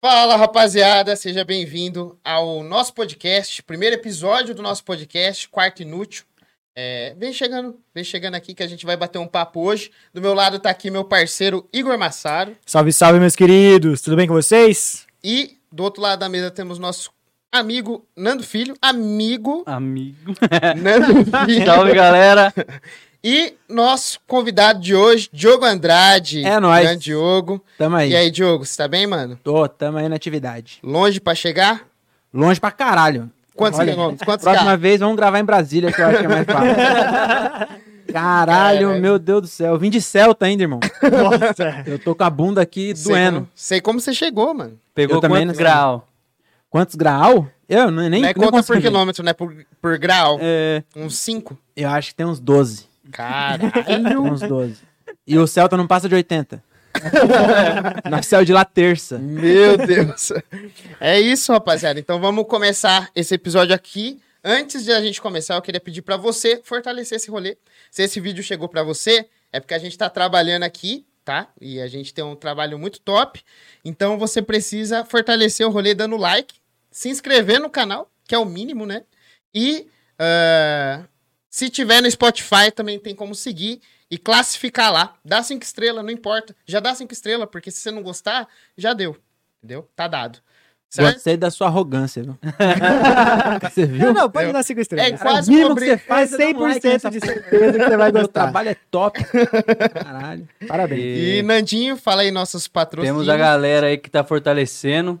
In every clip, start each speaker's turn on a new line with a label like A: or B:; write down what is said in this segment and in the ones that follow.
A: Fala, rapaziada, seja bem-vindo ao nosso podcast, primeiro episódio do nosso podcast, Quarto Inútil. É, vem chegando, vem chegando aqui que a gente vai bater um papo hoje. Do meu lado tá aqui meu parceiro Igor Massaro
B: Salve, salve, meus queridos. Tudo bem com vocês?
A: e do outro lado da mesa temos nosso amigo Nando Filho, amigo
C: Amigo.
A: Nando
C: Salve,
A: Filho
C: galera.
A: e nosso convidado de hoje, Diogo Andrade.
B: É nóis.
A: Grande Diogo.
B: Tamo
D: É
B: aí.
A: E aí, Diogo, você tá bem, mano?
B: Tô, tamo aí na atividade.
A: Longe pra chegar?
B: Longe pra caralho.
A: Quantos
B: Olha,
A: quilômetros? Quantos
D: Próxima
A: carros?
D: vez vamos gravar em Brasília, que eu acho que é mais fácil. Caralho,
A: Caralho.
D: meu Deus do céu. Eu vim de Celta ainda, irmão.
B: Nossa.
D: Eu tô com a bunda aqui
A: Sei
D: doendo.
A: como- sei como você chegou, mano.
C: Pegou
D: Eu também
C: quantos
D: não sei.
C: grau?
D: Quantos graus? Eu não- nem,
A: não
D: nem
A: é conta por
D: consegui.
A: quilômetro, né? Por, por grau.
D: É,
A: Uns 5.
D: eu acho que tem uns 12. Tem
A: Caralho.
D: uns 12. E o Celta não passa de 80. Nós saiu de lá terça.
A: Meu Deus. É isso, rapaziada. Então vamos começar esse episódio aqui. Antes de a gente começar, eu queria pedir pra você fortalecer esse rolê. Se esse vídeo chegou pra você, é porque a gente tá trabalhando aqui, tá? E a gente tem um trabalho muito top. Então você precisa fortalecer o rolê dando like, se inscrever no canal, que é o mínimo, né? E ah, se tiver no Spotify também tem como seguir e classificar lá. Dá cinco estrelas, não importa. Já dá cinco estrelas, porque se você não gostar, já deu. Entendeu? Tá dado. Certo?
D: Gostei da sua arrogância, viu? Você
B: Não,
D: viu?
B: não, pode
A: Eu-
B: dar cinco
A: É
B: estrelas.
A: quase
D: o
A: uma
D: mínimo que
A: obrigação.
D: você faz,
B: É
D: você dá um like
B: 100%
D: nessa
B: de
D: porra.
B: certeza que você vai
D: Meu
B: gostar.
D: trabalho é top. Caralho.
B: Parabéns.
A: E
C: E
A: Nandinho, fala aí nossos patrocínios.
C: temos a galera aí que tá fortalecendo.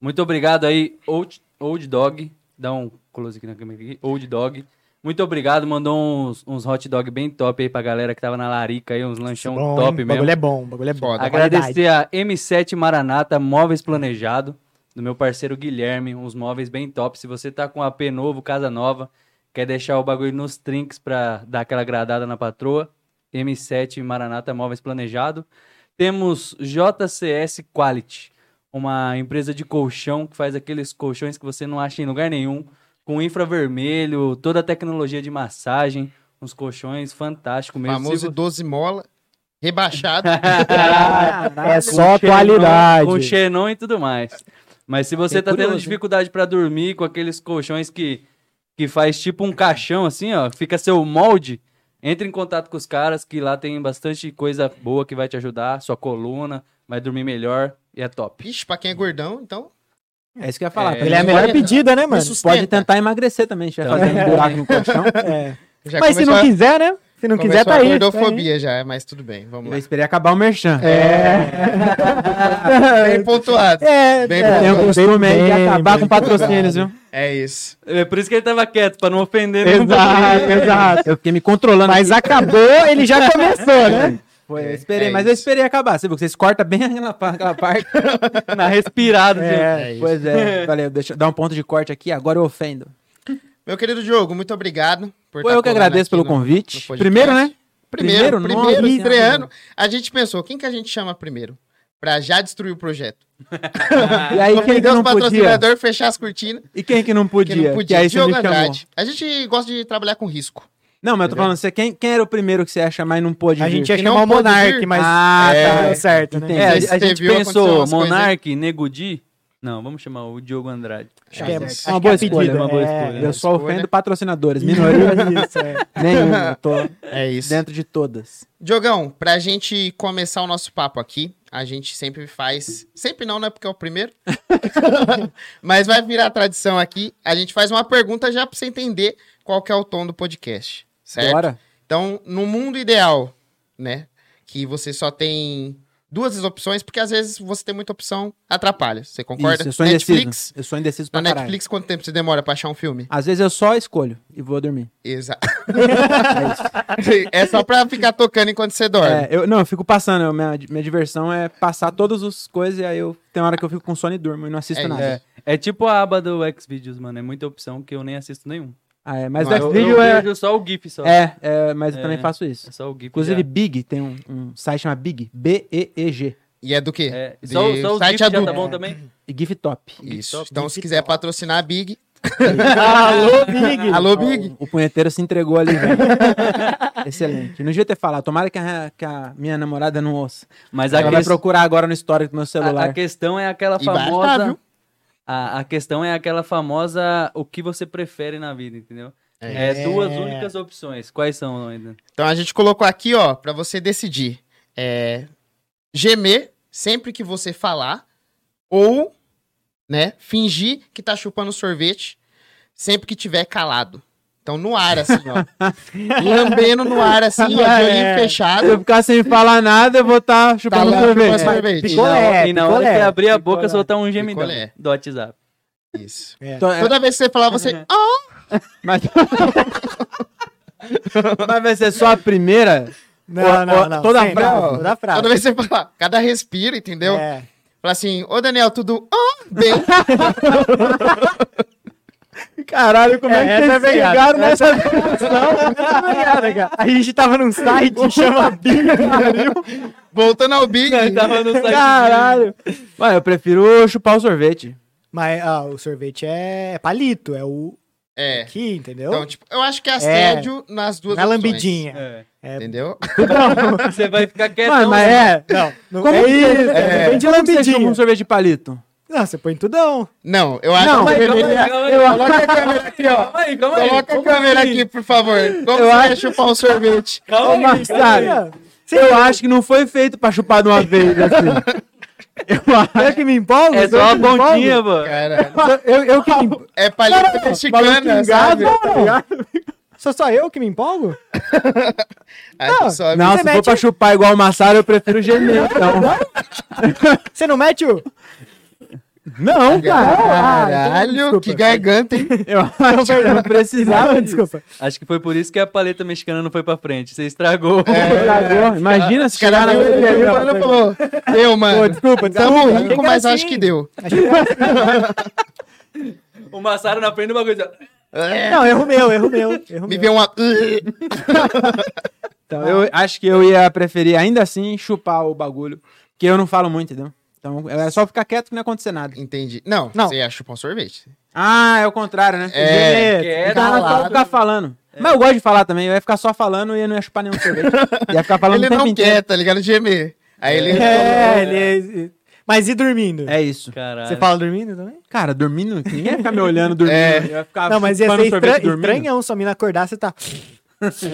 C: Muito obrigado aí, Old, Old Dog. Dá um close aqui na câmera. aqui. Old Dog. Muito obrigado, mandou uns, uns hot dog bem top aí pra galera que tava na larica aí, uns lanchão
B: Bom,
C: um top
B: O
C: mesmo.
B: bagulho é bom, o bagulho é bom.
A: Foda.
B: Qualidade.
C: Agradecer a M7 Maranata Móveis Planejado, do meu parceiro Guilherme, uns móveis bem top. Se você tá com AP novo, casa nova, quer deixar o bagulho nos trinks pra dar aquela agradada na patroa, M7 Maranata Móveis Planejado. Temos JCS Quality, uma empresa de colchão que faz aqueles colchões que você não acha em lugar nenhum, com infravermelho, toda a tecnologia de massagem, uns colchões fantásticos mesmo. Se
A: Famoso
C: vo-
A: 12 mola, rebaixado.
B: É
D: Caralho.
B: só
C: Xenon,
B: qualidade.
C: Com xenon e tudo mais. Mas se você
D: Fiquei
C: tá tendo
D: curioso, hein?
C: dificuldade pra dormir com aqueles colchões que, que faz tipo um caixão assim, ó, fica seu molde, entre em contato com os caras que lá tem bastante coisa boa que vai te ajudar, sua coluna, vai dormir melhor e é top.
A: Ixi, pra quem é gordão, então.
D: É isso que eu ia falar.
C: É,
D: Pode-
B: Ele é a melhor
A: Olha,
B: pedida, né, mano?
A: isso-
D: Pode tentar emagrecer também. A gente vai
C: Então.
D: fazer um buraco no colchão.
B: É.
A: Já
B: Mas se
A: começou
B: não
A: a-
B: quiser, né? Se não
A: começou
B: quiser, tá
A: a
B: aí.
A: gordofobia já, mas tudo bem, vamos
D: Eu
A: lá.
D: esperei acabar o merchan.
B: É.
A: Bem pontuado.
B: É,
A: Bem
B: é.
D: Tem um costume aí de
B: Bem,
D: acabar
B: bem
D: com patrocínios, viu?
A: É isso.
C: É por isso que ele tava quieto, pra não ofender nenhum
B: Exato, exato.
D: Eu fiquei me controlando.
B: Mas acabou, ele já começou, né?
D: Foi, eu
A: É,
D: esperei,
A: é
D: mas eu
A: isso.
D: esperei acabar. Você viu que vocês cortam bem aquela, pa- aquela parte.
B: É
C: na respirada. assim.
A: É isso.
D: pois é. Falei, deixa eu dar um ponto de corte aqui, agora eu ofendo.
A: Meu querido Diogo, muito obrigado por
D: Foi
A: tá
D: eu que
A: colando
D: agradeço
A: aqui
D: pelo
A: no- no
D: convite.
A: podcast.
D: Primeiro, né?
A: Primeiro,
D: Primeiro? né?
A: primeiro,
D: Nossa
A: estreando. A gente pensou, quem que a gente chama primeiro? Pra já destruir o projeto.
D: E aí, quem que
A: Convidar os
D: não podia?
A: patrocinadores, fechar as cortinas.
D: E quem que não
A: Que não
D: podia? Que
A: podia.
D: aí você
A: Diogo
D: me chamou.
A: Andrade. A gente gosta de trabalhar com risco.
D: Não, mas eu tô falando, você, quem, quem era o primeiro que você ia chamar e não pôde
B: A
D: vir?
B: gente ia
A: Que não
B: chamar o
A: pode
B: Monark,
A: vir.
B: mas
D: Ah,
B: não
D: tá.
B: deu certo, né?
D: Entendi.
C: É, a,
A: Você
C: a gente
A: viu, aconteceu
C: pensou,
A: umas coisas,
C: Monark, Negudi. Não, vamos chamar o Diogo Andrade.
B: Acho que é-
A: Uma
B: acho que é
D: boa
B: a
D: escolha,
B: pedida,
C: uma boa
B: é.
C: escolha.
D: Eu só
A: escolha.
D: ofendo patrocinadores, minoria
B: Isso, é.
D: nenhuma. Eu tô
A: É isso.
D: dentro de todas.
A: Diogão, pra gente começar o nosso papo aqui, a gente sempre faz. Sempre não, né? Porque é o primeiro. Mas vai virar tradição aqui. A gente faz uma pergunta já pra você entender qual que é o tom do podcast. Certo?
D: Bora?
A: Então, no mundo ideal, né? Que você só tem duas opções, porque às vezes você tem muita opção, atrapalha. Você concorda?
D: Isso, eu sou indeciso.
A: Netflix.
D: Eu sou indeciso
A: Na
D: pra caralho.
A: Netflix, quanto tempo você demora pra achar um filme?
D: Às vezes eu só escolho e vou dormir.
A: Exato. é só pra ficar tocando enquanto você dorme.
D: É, eu, não, eu fico passando. eu- minha, minha diversão é passar todas as coisas e aí eu tem hora que eu fico com sono e durmo e não assisto
A: É
D: nada.
A: isso.
C: É tipo a aba do Xvideos, mano. É muita opção que eu nem assisto nenhum.
D: Ah, é, mas
A: Não,
D: o
C: Eu,
D: Xvideo
C: eu
D: é,
C: vejo só o GIF só.
D: é, é, mas eu
C: É.
D: também faço isso.
C: É Só o GIF.
D: Inclusive,
C: já.
D: Big tem um, um site chamado Big, B-E-E-G.
A: E é do quê?
C: É,
A: De
C: só, só o
A: site
C: GIF já tá
A: adulto.
D: É.
C: bom também?
D: E GIF Top.
A: Isso.
C: Top,
A: Então, se quiser patrocinar a Big,
B: Alô, Big!
A: Alô, Big?
D: O punheteiro se entregou ali, velho. Excelente. Não devia ter falado. Tomara que a, que a minha namorada não ouça.
C: Mas a,
D: Ela vai
C: ques-
D: procurar agora no histórico do meu
C: a,
D: celular.
C: a questão é aquela
A: E vai achar,
C: famosa.
A: viu?
C: A, a questão é aquela famosa o que você prefere na vida, entendeu? É, duas únicas opções. Quais são ainda?
A: Então a gente colocou aqui, ó, pra você decidir. É, gemer sempre que você falar ou, né, fingir que tá chupando sorvete sempre que tiver calado. Então no ar assim, ó. Lambendo no ar assim, ó, de olhinho
B: É.
D: Se eu
A: fechado.
D: ficar sem falar nada, eu vou estar
A: Tá
D: chupando
A: lá chupando
D: sorvete.
A: sorvete.
B: Picolé,
C: e na hora
B: picolé,
C: que abrir a
B: picolé.
C: boca, soltar um gemidão
A: Picolé.
C: do WhatsApp.
A: Isso.
C: Tá.
D: Então, é,
A: Toda vez que você falar, você. "Ah",
D: mas... mas vai ser só a primeira?
B: Não, não, não.
D: Toda
B: Sempre,
D: frase.
B: Toda frase.
A: toda vez que você falar, cada respiro, entendeu?
B: É.
A: Fala assim, ô Daniel, tudo ah, bem?
D: Caralho, como é,
B: É,
D: que
B: essa é
D: vocês
B: pegada.
D: chegaram nessa...
B: Não, não, obrigado, cara. A gente tava num site que chama Big.
A: Voltando ao Big.
B: então-
C: Tava no site
D: Caralho. Mano, eu prefiro chupar o sorvete.
B: Mas ah, o sorvete é palito, é o
A: É.
B: aqui, entendeu?
A: Então, tipo, eu acho que é assédio nas duas
B: não é lambidinha.
C: É. então,
A: Entendeu?
C: Você vai ficar quieto. né?
D: Mano, mas é...
B: Não, não
D: Como
B: é
D: que-
B: isso.
D: é,
B: É. Bem de
D: como que você chupa
B: lambidinha.
D: um sorvete de palito?
B: Não, você põe tudão.
A: Ah, Não, eu acho
D: Não,
A: que
D: mas
A: deveria-
C: calma aí,
A: Coloca a câmera aqui, ó.
C: calma aí, calma aí.
A: Coloca a
C: Como
A: câmera
C: assim?
A: aqui, por favor. Como você vai chupar um sorvete?
C: Calma
D: Ô,
C: aí,
D: Marcelo, eu acho que não foi feito pra chupar de uma vez, assim. Eu
B: Eu
D: acho
B: que me empolgo?
C: É
B: eu que
C: só a
B: me empolgo?
C: pontinha, mano.
A: Cara,
B: Eu, eu que me empolgo.
A: é palito
B: tá
A: mexicana, é, sabe? Tá
B: Sou só eu que me empolgo?
A: Acho
B: Não.
A: só-
D: Não,
B: Você
D: se for
B: mete- um-
D: pra chupar igual o Massaro, eu prefiro gemer, então.
B: Você não mete o.
D: Não, cara.
A: Caralho,
B: ah, desculpa.
A: que garganta, hein?
D: Eu acho que não precisava
B: Não,
D: disso.
B: desculpa.
C: Acho que foi por isso que a paleta mexicana não foi pra frente. Você estragou.
B: É.
A: é
D: Estragou. Imagina se
A: Os caras
D: chegar na
A: viu ele viu,
D: minha
A: falou, falou. Deu,
B: Pô,
A: mano. Tamo
B: desculpa, desculpa. assim.
A: rico, mas acho que deu.
C: O Massaro na frente do bagulho.
B: Não, erro meu, erro meu. Erro
A: Me
B: meu.
A: vê uma.
D: Então, eu acho que eu ia preferir, ainda assim, chupar o bagulho. Porque eu não falo muito, entendeu? Então, é só ficar quieto que não ia acontecer nada.
A: Entendi. Não,
B: Não.
A: você ia chupar um sorvete.
D: Ah, é o contrário, né?
A: É.
D: Gemer.
C: Quieto,
D: Então, eu só
A: calado.
D: ficar falando.
B: É.
D: Mas eu gosto de falar também. Eu ia ficar só falando e eu não ia chupar nenhum sorvete. Ia ficar falando
A: Ele
D: o tempo
A: não
D: inteiro.
A: quer, tá ligado? Gemer. Aí ele.
B: É, ele. Mas e dormindo?
D: É isso.
C: Caralho.
B: Você fala dormindo também?
D: Cara, dormindo, ninguém ia ficar me olhando dormindo.
A: É.
D: Eu ia ficar
B: Não, mas ia
D: chupando
B: ser
D: Ah, sorvete
B: estran... né?
D: dormindo.
B: estranhão sua mina acordar, você tá.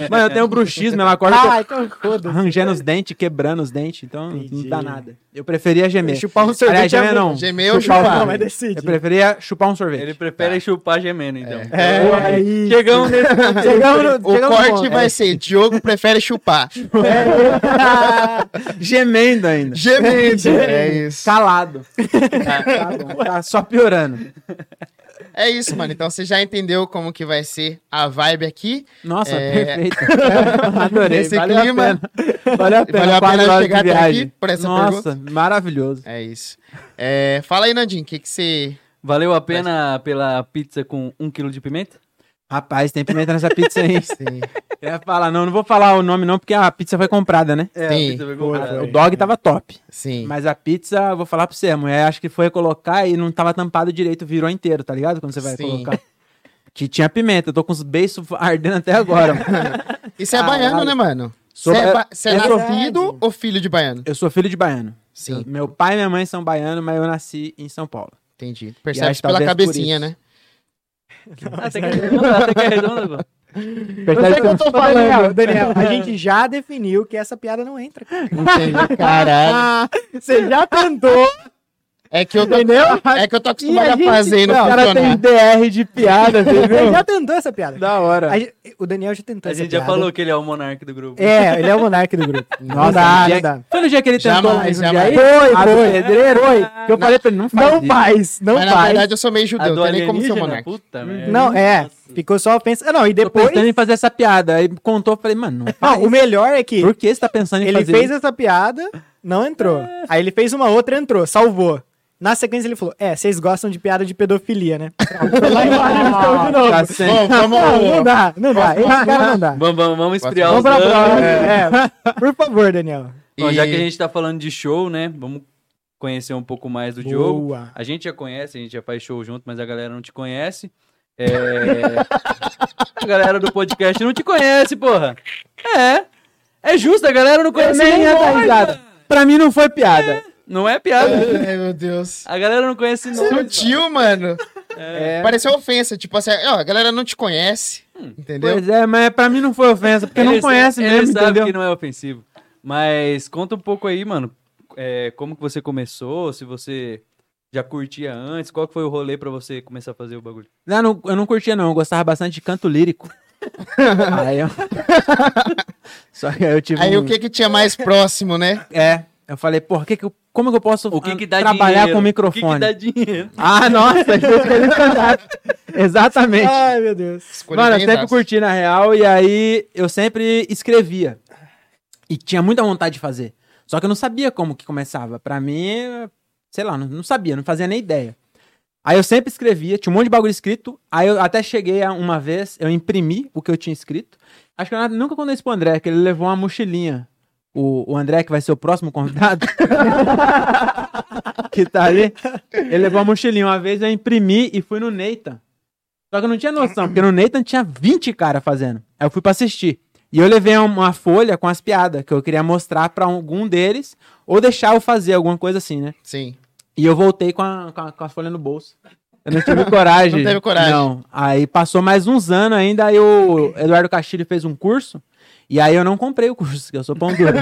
D: Mano, eu tenho bruxismo, ela acorda
B: Ah, então
D: tô
B: foda-se.
D: arranjando os dentes, quebrando os dentes, então não
B: Entendi.
D: dá nada. Eu preferia gemer.
B: Chupar um sorvete
D: Aliás,
B: é
D: gemer
B: muito-
D: não.
A: Gemer ou
B: Não,
A: chupar?
B: mas decide.
D: Eu preferia chupar um sorvete.
C: Ele prefere chupar gemendo, então.
B: É, é isso.
C: Chegamos nesse.
B: Chegamos no,
A: O
B: chegamos no
A: corte
B: ponto.
A: vai ser: Diogo prefere É. chupar.
D: Gemendo ainda.
A: Gemendo. É isso.
D: Calado. tá, bom, tá só piorando.
A: É isso, mano. Então você já entendeu como que vai ser a vibe aqui.
D: Nossa,
A: É.
D: perfeito. Adorei.
A: Esse
D: valeu
A: clima.
D: a pena. Valeu a pena.
A: Valeu a
D: quatro
A: pena
D: horas
A: chegar
D: de
A: até
D: viagem.
A: aqui por essa
D: Nossa, maravilhoso.
A: É isso. É, fala aí, Nandinho, o que, que você.
C: Valeu a pena pela pizza com um quilo de pimenta?
D: Rapaz, tem pimenta nessa pizza aí.
A: Sim.
D: Eu ia falar, não, não vou falar o nome não, porque a pizza foi comprada, né?
C: É,
A: a Sim.
C: pizza
A: pizza
C: foi
D: O
B: comprada. Foi.
A: é.
D: dog tava top.
A: sim.
D: Mas a pizza, eu vou falar pra você, a mulher acho que foi colocar e não tava tampado direito, virou inteiro, tá ligado? Quando você vai
A: Sim.
D: colocar. Que tinha pimenta, eu tô com os beiços ardendo até agora. mano.
A: Isso é
D: Caralho.
A: baiano, né, mano?
D: Sou
A: Você é,
D: ba-
A: ba... você é
D: eu sou-
A: nascido ou filho de baiano?
D: eu sou filho de baiano.
A: Sim,
D: Meu pai e minha mãe são baianos, mas eu nasci em São Paulo.
A: entendi.
D: acho
A: Percebe
D: que
A: pela
D: talvez por
A: cabecinha,
D: isso.
A: né?
C: Até que é redonda, até que é redonda, pô.
B: Eu sei o que eu tô falando,
D: Daniel,
B: Daniel. A gente já definiu que essa piada não entra. cara.
A: Entendi. Caralho.
B: Você já tentou,
A: É que eu tô,
B: entendeu?
A: é que eu tô
B: E
A: acostumado
B: a
A: a,
B: gente-
A: fazer e não
D: O cara tem
A: funcionar.
D: DR de piada, você
B: Você
D: viu?
B: já tentou essa piada.
D: da hora.
B: A gen- o Daniel já
A: Tá
B: tentou
C: A
B: essa
C: gente já
B: piada.
C: falou que ele é o monarca do grupo.
B: É, ele é o monarca do grupo.
D: Nossa,
B: dá,
D: um dia-
B: não dá.
D: Foi no dia que ele tentou
A: Jamais,
D: mais um dia
A: jamais.
D: aí?
B: Foi,
D: A do
B: foi.
D: pedreiro, foi. Que eu falei pra ele, não faz
B: Não
D: isso.
B: faz, não
A: Mas na
B: faz.
A: verdade eu sou meio
C: A
A: judeu,
C: do
A: não tem nem como ser
C: alienígena,
A: monarca.
C: puta merda.
B: Não, é.
C: Nossa.
B: Ficou só ofensa. Ah, Não, e
D: Tô
B: depois.
D: pensando em fazer essa piada. Aí contou, eu falei, mano, não faz
B: Não, o melhor é que
D: Por que você tá pensando em
B: ele
D: fazer
B: fez
D: isso? É.
B: essa piada, não entrou. Aí ele fez uma outra, entrou, salvou. Na sequência ele falou: É, vocês gostam de piada de pedofilia, né? Foi lá embaixo, então, de novo.
D: Tá sem-
A: Bom, vamos
B: Não, não dá, não dá. Esse cara não dá.
C: Vamos, vamos, vamos esfriar
A: Vamos
B: Vamos
C: os
B: pra
C: ânimos.
B: prova. É. Por favor, Daniel.
C: Bom, já que a
A: E-
C: gente tá falando de show, né? Vamos conhecer um pouco mais do Diogo.
B: Boa.
C: A gente já conhece, a gente já faz show junto, mas a galera não te conhece. É... a galera do podcast não te conhece, porra. É. É justo, a galera não conhece
D: nem
C: nem
D: ia dar
C: nós,
D: risada.
C: mano.
D: Pra mim não foi piada.
C: Não é piada.
A: Ai, meu Deus.
C: A galera não conhece nós. mano.
A: Sutil, mano.
D: É.
A: Pareceu ofensa. Tipo assim, ó, a galera não te conhece. Entendeu?
D: Pois é, mas pra mim não foi ofensa, porque não
C: Ele sa-
D: conhece
C: ele
D: mesmo,
C: sabe
D: entendeu?
C: que não é ofensivo. Mas conta um pouco aí, mano. é, como que você começou, se você já curtia antes, qual que foi o rolê pra você começar a fazer o bagulho?
D: Não, não- eu não curtia, não. Eu gostava bastante de canto lírico. aí eu... Só que aí eu tive
A: Aí
D: um-
A: o que que tinha mais próximo, né?
D: É, eu falei, porra, que que eu- como que eu posso
C: O que
D: ah,
C: que dá
D: trabalhar
C: dinheiro?
D: com
C: O que que
D: microfone?
C: dá dinheiro?
D: Ah, nossa, isso é interessante. Exatamente.
B: Ai, meu Deus.
A: Escolhi
D: Mano, eu
A: bem
D: sempre
A: exato.
D: curti, na real, e aí eu sempre escrevia. E tinha muita vontade de fazer. Só que eu não sabia como que começava. Pra mim, sei lá, não, não sabia, não fazia nem ideia. Aí eu sempre escrevia, tinha um monte de bagulho escrito. Aí eu até cheguei a uma vez, eu imprimi o que eu tinha escrito. Acho que eu nunca contei isso pro André, que ele levou uma mochilinha. O, o André, que vai ser o próximo convidado, que tá ali, ele levou uma mochilinha. Uma vez eu imprimi e fui no Neita. Só que eu não tinha noção, porque no Nathan tinha 20 caras fazendo. Aí eu fui pra assistir. E eu levei um- uma folha com as piadas que eu queria mostrar pra algum deles, ou deixar eu fazer alguma coisa assim, né?
A: Sim.
D: E eu voltei com a, com a, com a folha no bolso. Eu não tive coragem.
A: Não teve coragem.
D: Não. Aí passou mais uns anos ainda, aí o Eduardo Castilho fez um curso. E aí eu não comprei o curso, que eu sou pão duro.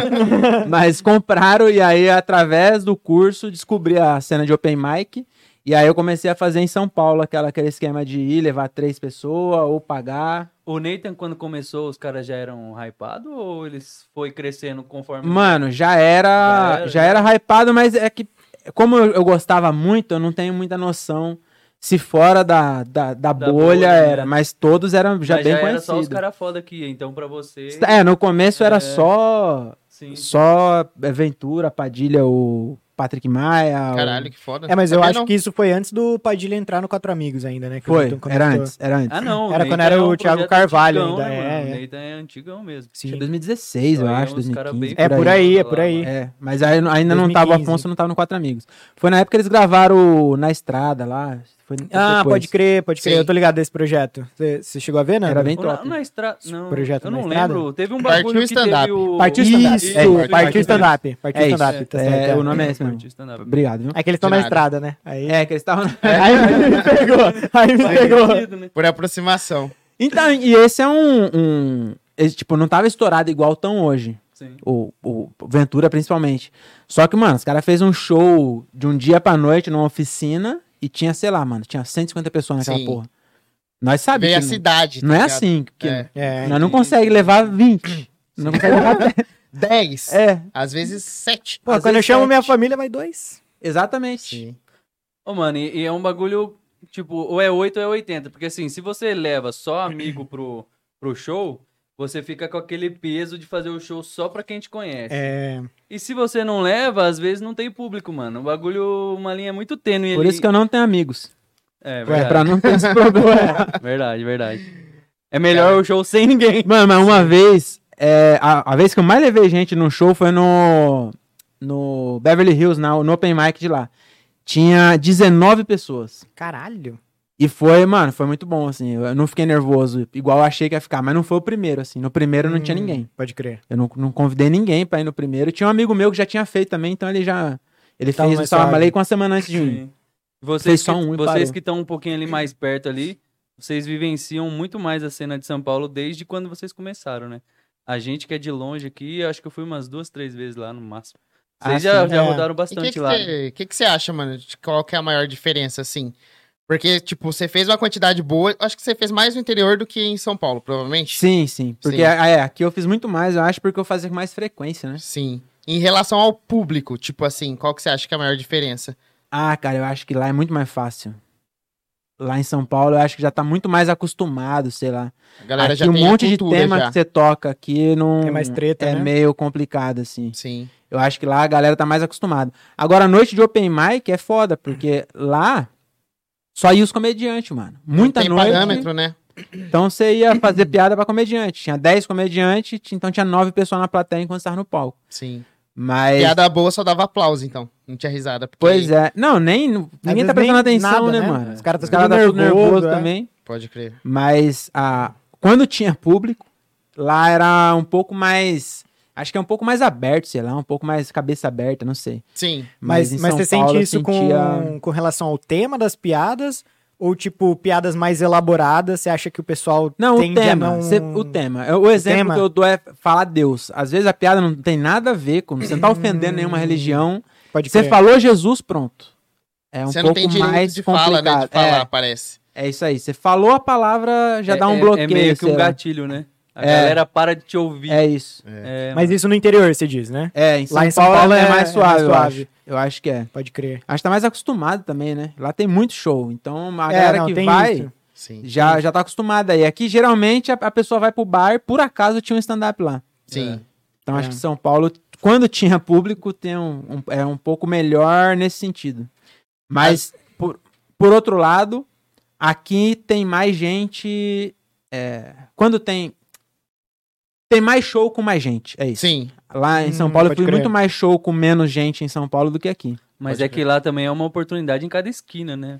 D: Mas compraram, e aí através do curso descobri a cena de open mic. E aí eu comecei a fazer em São Paulo aquela, aquele esquema de ir, levar três pessoas ou pagar.
C: O Nathan, quando começou, os caras já eram hypados ou eles foi crescendo conforme.
D: Mano, já era,
C: Já era,
D: já era hypado, mas é que como eu, eu gostava muito, eu não tenho muita noção se fora da, da, da bolha,
C: bolha, né?
D: era, mas todos eram já
C: Mas
D: bem
C: Era só os
D: conhecidos.
C: caras foda aqui, então pra você.
D: É, no começo era
C: É.
D: só
C: Sim.
D: só é, Ventura, Padilha, o Patrick Maia. o-
A: Caralho, que foda.
B: É, mas eu
A: Sabia
B: acho
A: não.
B: que isso foi antes do Padilha entrar no Quatro Amigos ainda, né? que o
D: Foi,
B: Milton comentou.
D: era antes, era antes.
C: Ah, não.
B: Era
C: Nathan
B: quando era
C: é
B: o Thiago
C: projeto
B: Carvalho
C: antigão,
B: ainda,
C: né,
B: é,
C: mano?
B: é.
C: O Nathan é antigão mesmo.
D: Acho que
B: Sim.
D: 2016, eu
C: Aí é
D: acho,
C: uns cara
D: 2015.
B: É por aí, é por aí.
D: É, mas aí não- ainda não tava o
B: 2015.
D: Afonso, não tava no Quatro Amigos. Foi na época que eles gravaram o Na Estrada lá. Foi
B: Ah,
D: depois.
B: pode crer, pode crer.
A: Sim.
B: Eu tô ligado desse projeto. Você chegou a ver, né?
D: Era bem
C: Ou na,
D: top.
C: na estrada. Não,
B: projeto
C: eu
B: na
C: não
B: estrada?
C: lembro. Teve um
A: Partiu
C: bagulho que
A: stand-up.
C: teve o.
B: Partiu
D: Isso,
B: stand-up. É,
D: partiu
B: Partiu stand-up. Partiu
D: É isso,
B: stand-up. tá
D: é,
B: certo,
D: o nome é esse mesmo.
C: Partiu stand-up.
D: Obrigado, viu?
B: É que eles estão
A: De
B: na
A: nada.
B: estrada, né? Aí,
D: É, que eles estavam.
B: aí me pegou. Aí me pegou.
C: Parecido, né?
A: Por aproximação.
D: Então, e esse é um. um- esse, tipo, não tava estourado igual tão hoje.
C: Sim.
D: O, o Ventura, principalmente. Só que, mano, os caras fez um show de um dia pra noite numa oficina e tinha, sei lá, mano, tinha 150 pessoas naquela
A: Sim.
D: porra. Nós sabemos.
A: Veio a
D: que não-
A: cidade. tá
D: Não é
A: ligado?
D: assim. Que,
A: É.
B: É.
D: Nós não consegue levar 20. Não consegue levar 10.
A: 10.
D: É,
A: Às vezes 7.
B: Pô,
D: Às
B: quando eu
D: vezes é
B: chamo
D: sete.
B: minha família, vai dois.
D: exatamente.
A: Sim.
C: Ô, mano, e, e é um bagulho, tipo, ou é 8 ou é 80. Porque, assim, se você leva só amigo pro, pro show, você fica com aquele peso de fazer o show só pra quem te conhece.
B: É.
C: E se você não leva, às vezes não tem público, mano. O bagulho, uma linha muito tênue
D: Por
C: ali.
D: isso que eu não tenho amigos.
C: É,
D: É,
C: verdade,
D: pra não ter esse problema.
C: verdade, verdade. É melhor o show sem ninguém.
D: Mano, mas uma vez, é, a, a vez que eu mais levei gente no show foi no, no Beverly Hills, na, no Open Mic de lá. Tinha 19 pessoas.
B: Caralho.
D: E foi, mano, foi muito bom, assim. Eu não fiquei nervoso, igual eu achei que ia ficar, mas não foi o primeiro, assim. No primeiro não tinha
B: Hum,
D: ninguém.
B: Pode crer.
D: Eu não, não convidei ninguém pra ir no primeiro. Tinha um amigo meu que já tinha feito também, então ele já. Ele
B: Tava
D: fez o
B: mais
D: Salamalei
B: suave.
D: com uma semana antes de mim.
C: Sim. um. Vocês,
D: Fez
C: que,
D: só um e
C: vocês
D: parou.
C: que estão um pouquinho ali mais perto ali, vocês vivenciam muito mais a cena de São Paulo desde quando vocês começaram, né? A gente que é de longe aqui, eu acho que eu fui umas duas, três vezes lá no máximo. Vocês
D: Ah,
C: já,
D: sim.
C: já
B: É.
A: E
C: rodaram
A: o que
C: bastante
A: que
C: lá. né?
A: você que que você acha, mano? de qual que é a maior diferença, assim? Porque, tipo, você fez uma quantidade boa. Acho que você fez mais no interior do que em São Paulo, provavelmente.
D: Sim, sim. Porque
A: Sim.
D: ah, é, aqui eu fiz muito mais, eu acho, porque eu fazia com mais frequência, né?
A: Sim. Em relação ao público, tipo assim, qual que você acha que é a maior diferença?
D: Ah, cara, eu acho que lá é muito mais fácil. Lá em São Paulo, eu acho que já tá muito mais acostumado, sei lá.
A: A galera
D: aqui
A: já
D: um
A: tem a
D: monte de
A: cultura
D: tema
A: já.
D: que você toca aqui não.
B: É mais treta,
D: É
B: né?
D: meio complicado, assim.
A: Sim.
D: Eu acho que lá a galera tá mais acostumada. Agora, a noite de open mic é foda, porque lá só ia os comediantes, mano. Muita
A: tem
D: noite.
A: parâmetro, né?
D: Então você ia fazer piada pra comediante. Tinha 10 comediantes, ti- então tinha 9 pessoas na plateia enquanto estava no palco.
A: Sim.
D: Mas.
A: Piada boa só dava aplauso, então. Não tinha risada. Porque...
D: Pois é. Não, nem. Ninguém
B: vezes
D: tá prestando
B: nem
D: atenção,
B: nada,
D: né,
B: né?
D: mano?
B: Os caras tão
D: tão
B: tudo nervoso, é.
D: também.
A: Pode crer.
D: Mas ah, quando tinha público, lá era um pouco mais. Acho que é um pouco mais aberto, sei lá, um pouco mais cabeça aberta, não sei.
A: Sim.
B: Mas,
D: em
B: mas
D: São
B: você
D: Paulo
B: sente
D: eu
B: isso
D: sentia-
B: com, com relação ao tema das piadas? Ou, tipo, piadas mais elaboradas? Você acha que o pessoal
D: Não, o
B: tende a
D: tema,
B: não...
D: cê- o tema. Eu- O exemplo
B: tema?
D: que eu dou é falar Deus. Às vezes a piada não tem nada a ver com. Você não tá ofendendo nenhuma religião.
B: Hum. Pode
D: Você
B: crer.
D: falou Jesus, pronto. É um
A: Você não
D: pouco
A: tem direito
D: mais
A: de
D: complicado.
A: fala, né? De falar,
D: É,
A: parece.
D: É, isso aí. Você falou a palavra, já
C: É-
D: dá um
C: é-
D: bloqueio.
C: É meio que
D: sei
C: um
D: lá.
C: gatilho, né? A
D: É.
C: galera para de te ouvir.
D: É isso.
C: É,
B: Mas isso no interior, você diz, né?
D: É, em São,
B: Lá em São
D: Paulo,
B: Paulo
D: é,
B: é-
D: mais
B: é mais
D: suave, eu
B: suave.
D: acho. Eu acho que é.
B: Pode crer.
D: Acho que tá mais acostumado também, né? Lá tem muito show. Então a
B: É,
D: galera
B: não,
D: que
B: tem
D: vai
B: isso.
A: Sim.
D: já, já tá acostumada aí. Aqui, geralmente, a, a pessoa vai pro bar, por acaso tinha um stand-up lá.
A: Sim.
D: Então acho
B: É.
D: que São Paulo, quando tinha público, tem um, um- é um pouco melhor nesse sentido. Mas, por, por outro lado, aqui tem mais gente. é, quando tem. Tem mais show com mais gente. É isso.
A: Sim.
D: Lá em São
B: Hum,
D: Paulo eu
B: pode
D: fui
B: crer.
D: muito mais show com menos gente em São Paulo do que aqui.
C: mas
A: Pode
C: é que lá também é uma oportunidade em cada esquina, né?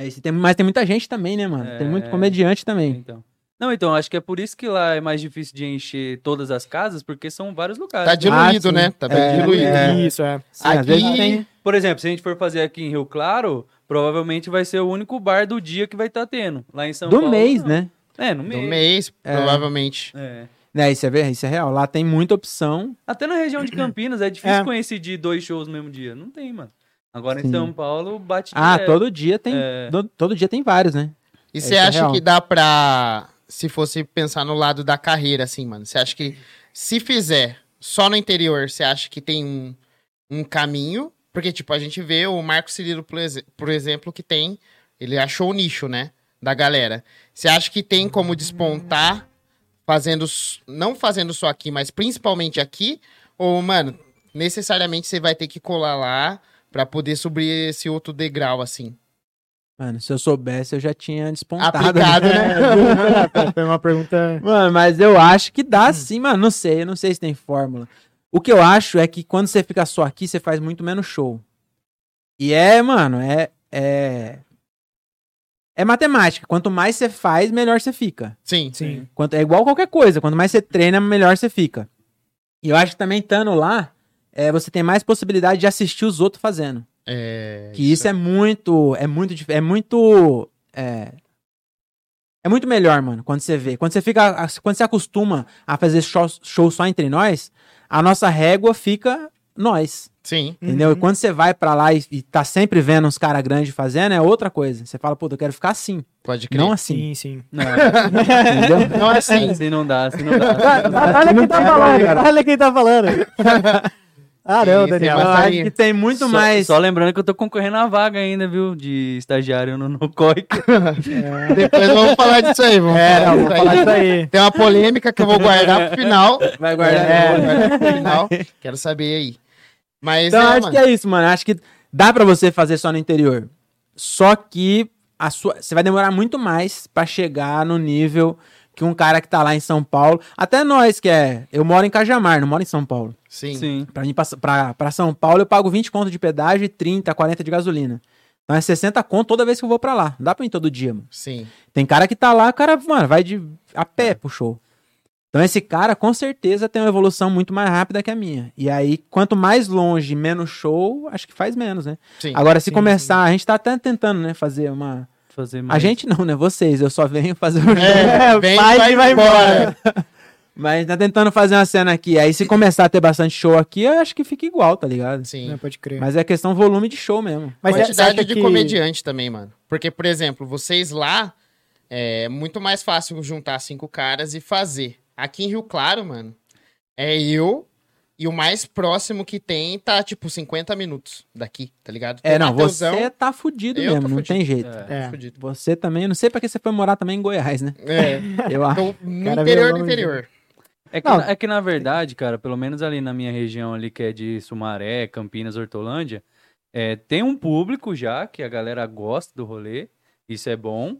D: É isso, tem, mas tem muita gente também, né, mano? Tem muito
C: É.
D: comediante também.
C: Então. Não, então, acho que é por isso que lá é mais difícil de encher todas as casas, porque são vários lugares.
A: Tá diluído,
D: sim.
A: né? Tá bem
D: É,
A: diluído.
D: é.
B: Isso, é.
D: Sim, às
A: Aqui-
D: vezes tem.
C: Por exemplo, se a gente for fazer aqui em Rio Claro, provavelmente vai ser o único bar do dia que vai estar tendo. Lá em São
D: Do
C: Paulo.
D: mês,
C: não.
D: né?
C: É, no
A: No
C: mês.
A: mês, provavelmente.
C: É.
D: É, isso é, ver- isso é real. Lá tem muita opção.
C: Até na região de Campinas é difícil
B: É.
C: coincidir dois shows no mesmo dia. Não tem, mano. Agora em
D: Sim.
C: São Paulo bate
D: Ah,
C: direto.
D: todo dia tem.
C: É.
D: do- todo dia tem vários, né?
A: E
D: É,
A: você
D: isso é
A: acha
D: real.
A: que dá pra. Se fosse pensar no lado da carreira, assim, mano. Você acha que se fizer só no interior, você acha que tem um, um caminho? Porque, tipo, a gente vê o Marco Cirilo, por, exe- por exemplo, que tem. Ele achou o nicho, né? Da galera. Você acha que tem como despontar fazendo. s- Não fazendo só aqui, mas principalmente aqui? Ou, mano, necessariamente você vai ter que colar lá pra poder subir esse outro degrau, assim?
D: Mano, se eu soubesse, eu já tinha despontado.
A: Aplicado, né?
B: Foi uma pergunta...
D: Mano, mas eu acho que dá sim, mano. Não sei, eu não sei se tem fórmula. O que eu acho é que quando você fica só aqui, você faz muito menos show. E é, mano, é. É, é matemática. Quanto mais você faz, melhor você fica.
A: Sim.
B: Sim.
D: Quanto, é igual qualquer coisa. Quanto mais você treina, melhor você fica. E eu acho que também estando lá, é, você tem mais possibilidade de assistir os outros fazendo.
A: É,
D: que isso é muito. É muito. dif- É muito. É, é muito melhor, mano, quando você vê. Quando você fica. a- Quando você acostuma a fazer show, show só entre nós, a nossa régua fica nós.
A: Sim.
D: Entendeu? E quando você vai pra lá e, e tá sempre vendo uns caras grandes fazendo, é outra coisa. Você fala, pô, eu quero ficar assim.
A: Pode crer.
D: Não assim.
B: Sim, sim.
C: Não,
D: Entendeu?
A: Não é assim.
C: assim não dá, assim não dá.
B: Olha quem tá falando, Olha quem tá falando. Ah, não,
A: Sim,
B: Daniel.
A: tem
D: Eu
A: Mas
D: acho
A: aí-
D: que tem muito
C: Só-
D: mais.
C: Só lembrando que eu tô concorrendo à vaga ainda, viu? De estagiário no, no COIC.
A: Depois vamos falar disso aí. Vamos
B: É, não, vou
A: falar disso
B: falar
A: aí.
B: isso aí.
A: Tem uma polêmica que eu vou guardar pro final.
D: Vai
A: É,
D: guardar.
A: vou guardar pro final. Quero saber aí. Mas,
D: Então,
A: né,
D: acho
A: mano?
D: que é isso, mano. Acho que dá pra você fazer só no interior. Só que a sua, você vai demorar muito mais pra chegar no nível que um cara que tá lá em São Paulo. Até nós, que é. Eu moro em Cajamar, não moro em São Paulo.
A: Sim.
C: Sim.
D: Pra mim, pra, pra, pra São Paulo, eu pago 20 conto de pedágio e 30, 40 de gasolina. Então é 60 conto toda vez que eu vou pra lá. Não dá pra ir todo dia, mano.
A: Sim.
D: Tem cara que tá lá, o cara, mano, vai de a
A: É.
D: pé pro show. Então esse cara com certeza tem uma evolução muito mais rápida que a minha. E aí, quanto mais longe, menos show, acho que faz menos, né?
A: Sim.
D: Agora, se
B: Sim,
D: começar, a gente tá até tentando, né, fazer uma.
C: Fazer
D: A
C: mais.
D: gente não, né? Vocês, eu só venho fazer o show.
A: É, vem e vai, embora.
D: Mas tá tentando fazer uma cena aqui. Aí se começar a ter bastante show aqui, eu acho que fica igual, tá ligado?
A: Sim.
B: Não, pode crer.
D: Mas é questão volume de show mesmo.
B: Mas você
A: Quantidade
B: acha
A: de
B: que-
A: comediante também, mano. Porque, por exemplo, vocês lá, é muito mais fácil juntar cinco caras e fazer. Aqui em Rio Claro, mano, é eu e o mais próximo que tem tá, tipo, 50 minutos daqui, tá ligado?
D: É,
A: Tem
D: não,
A: Mateusão,
D: você tá fudido
A: eu
D: mesmo,
A: tô
D: não
A: fudido.
D: tem jeito.
C: É.
B: É.
A: fudido.
D: Você também, eu não sei pra que você foi morar também em Goiás, né?
A: É,
D: Eu acho.
A: então, no
B: cara
A: interior
B: veio
A: do
B: longe.
A: interior.
C: É que,
B: Não.
C: na- é que na verdade, cara, pelo menos ali na minha região ali, que é de Sumaré, Campinas, Hortolândia, é, tem um público já, que a galera gosta do rolê, isso é bom.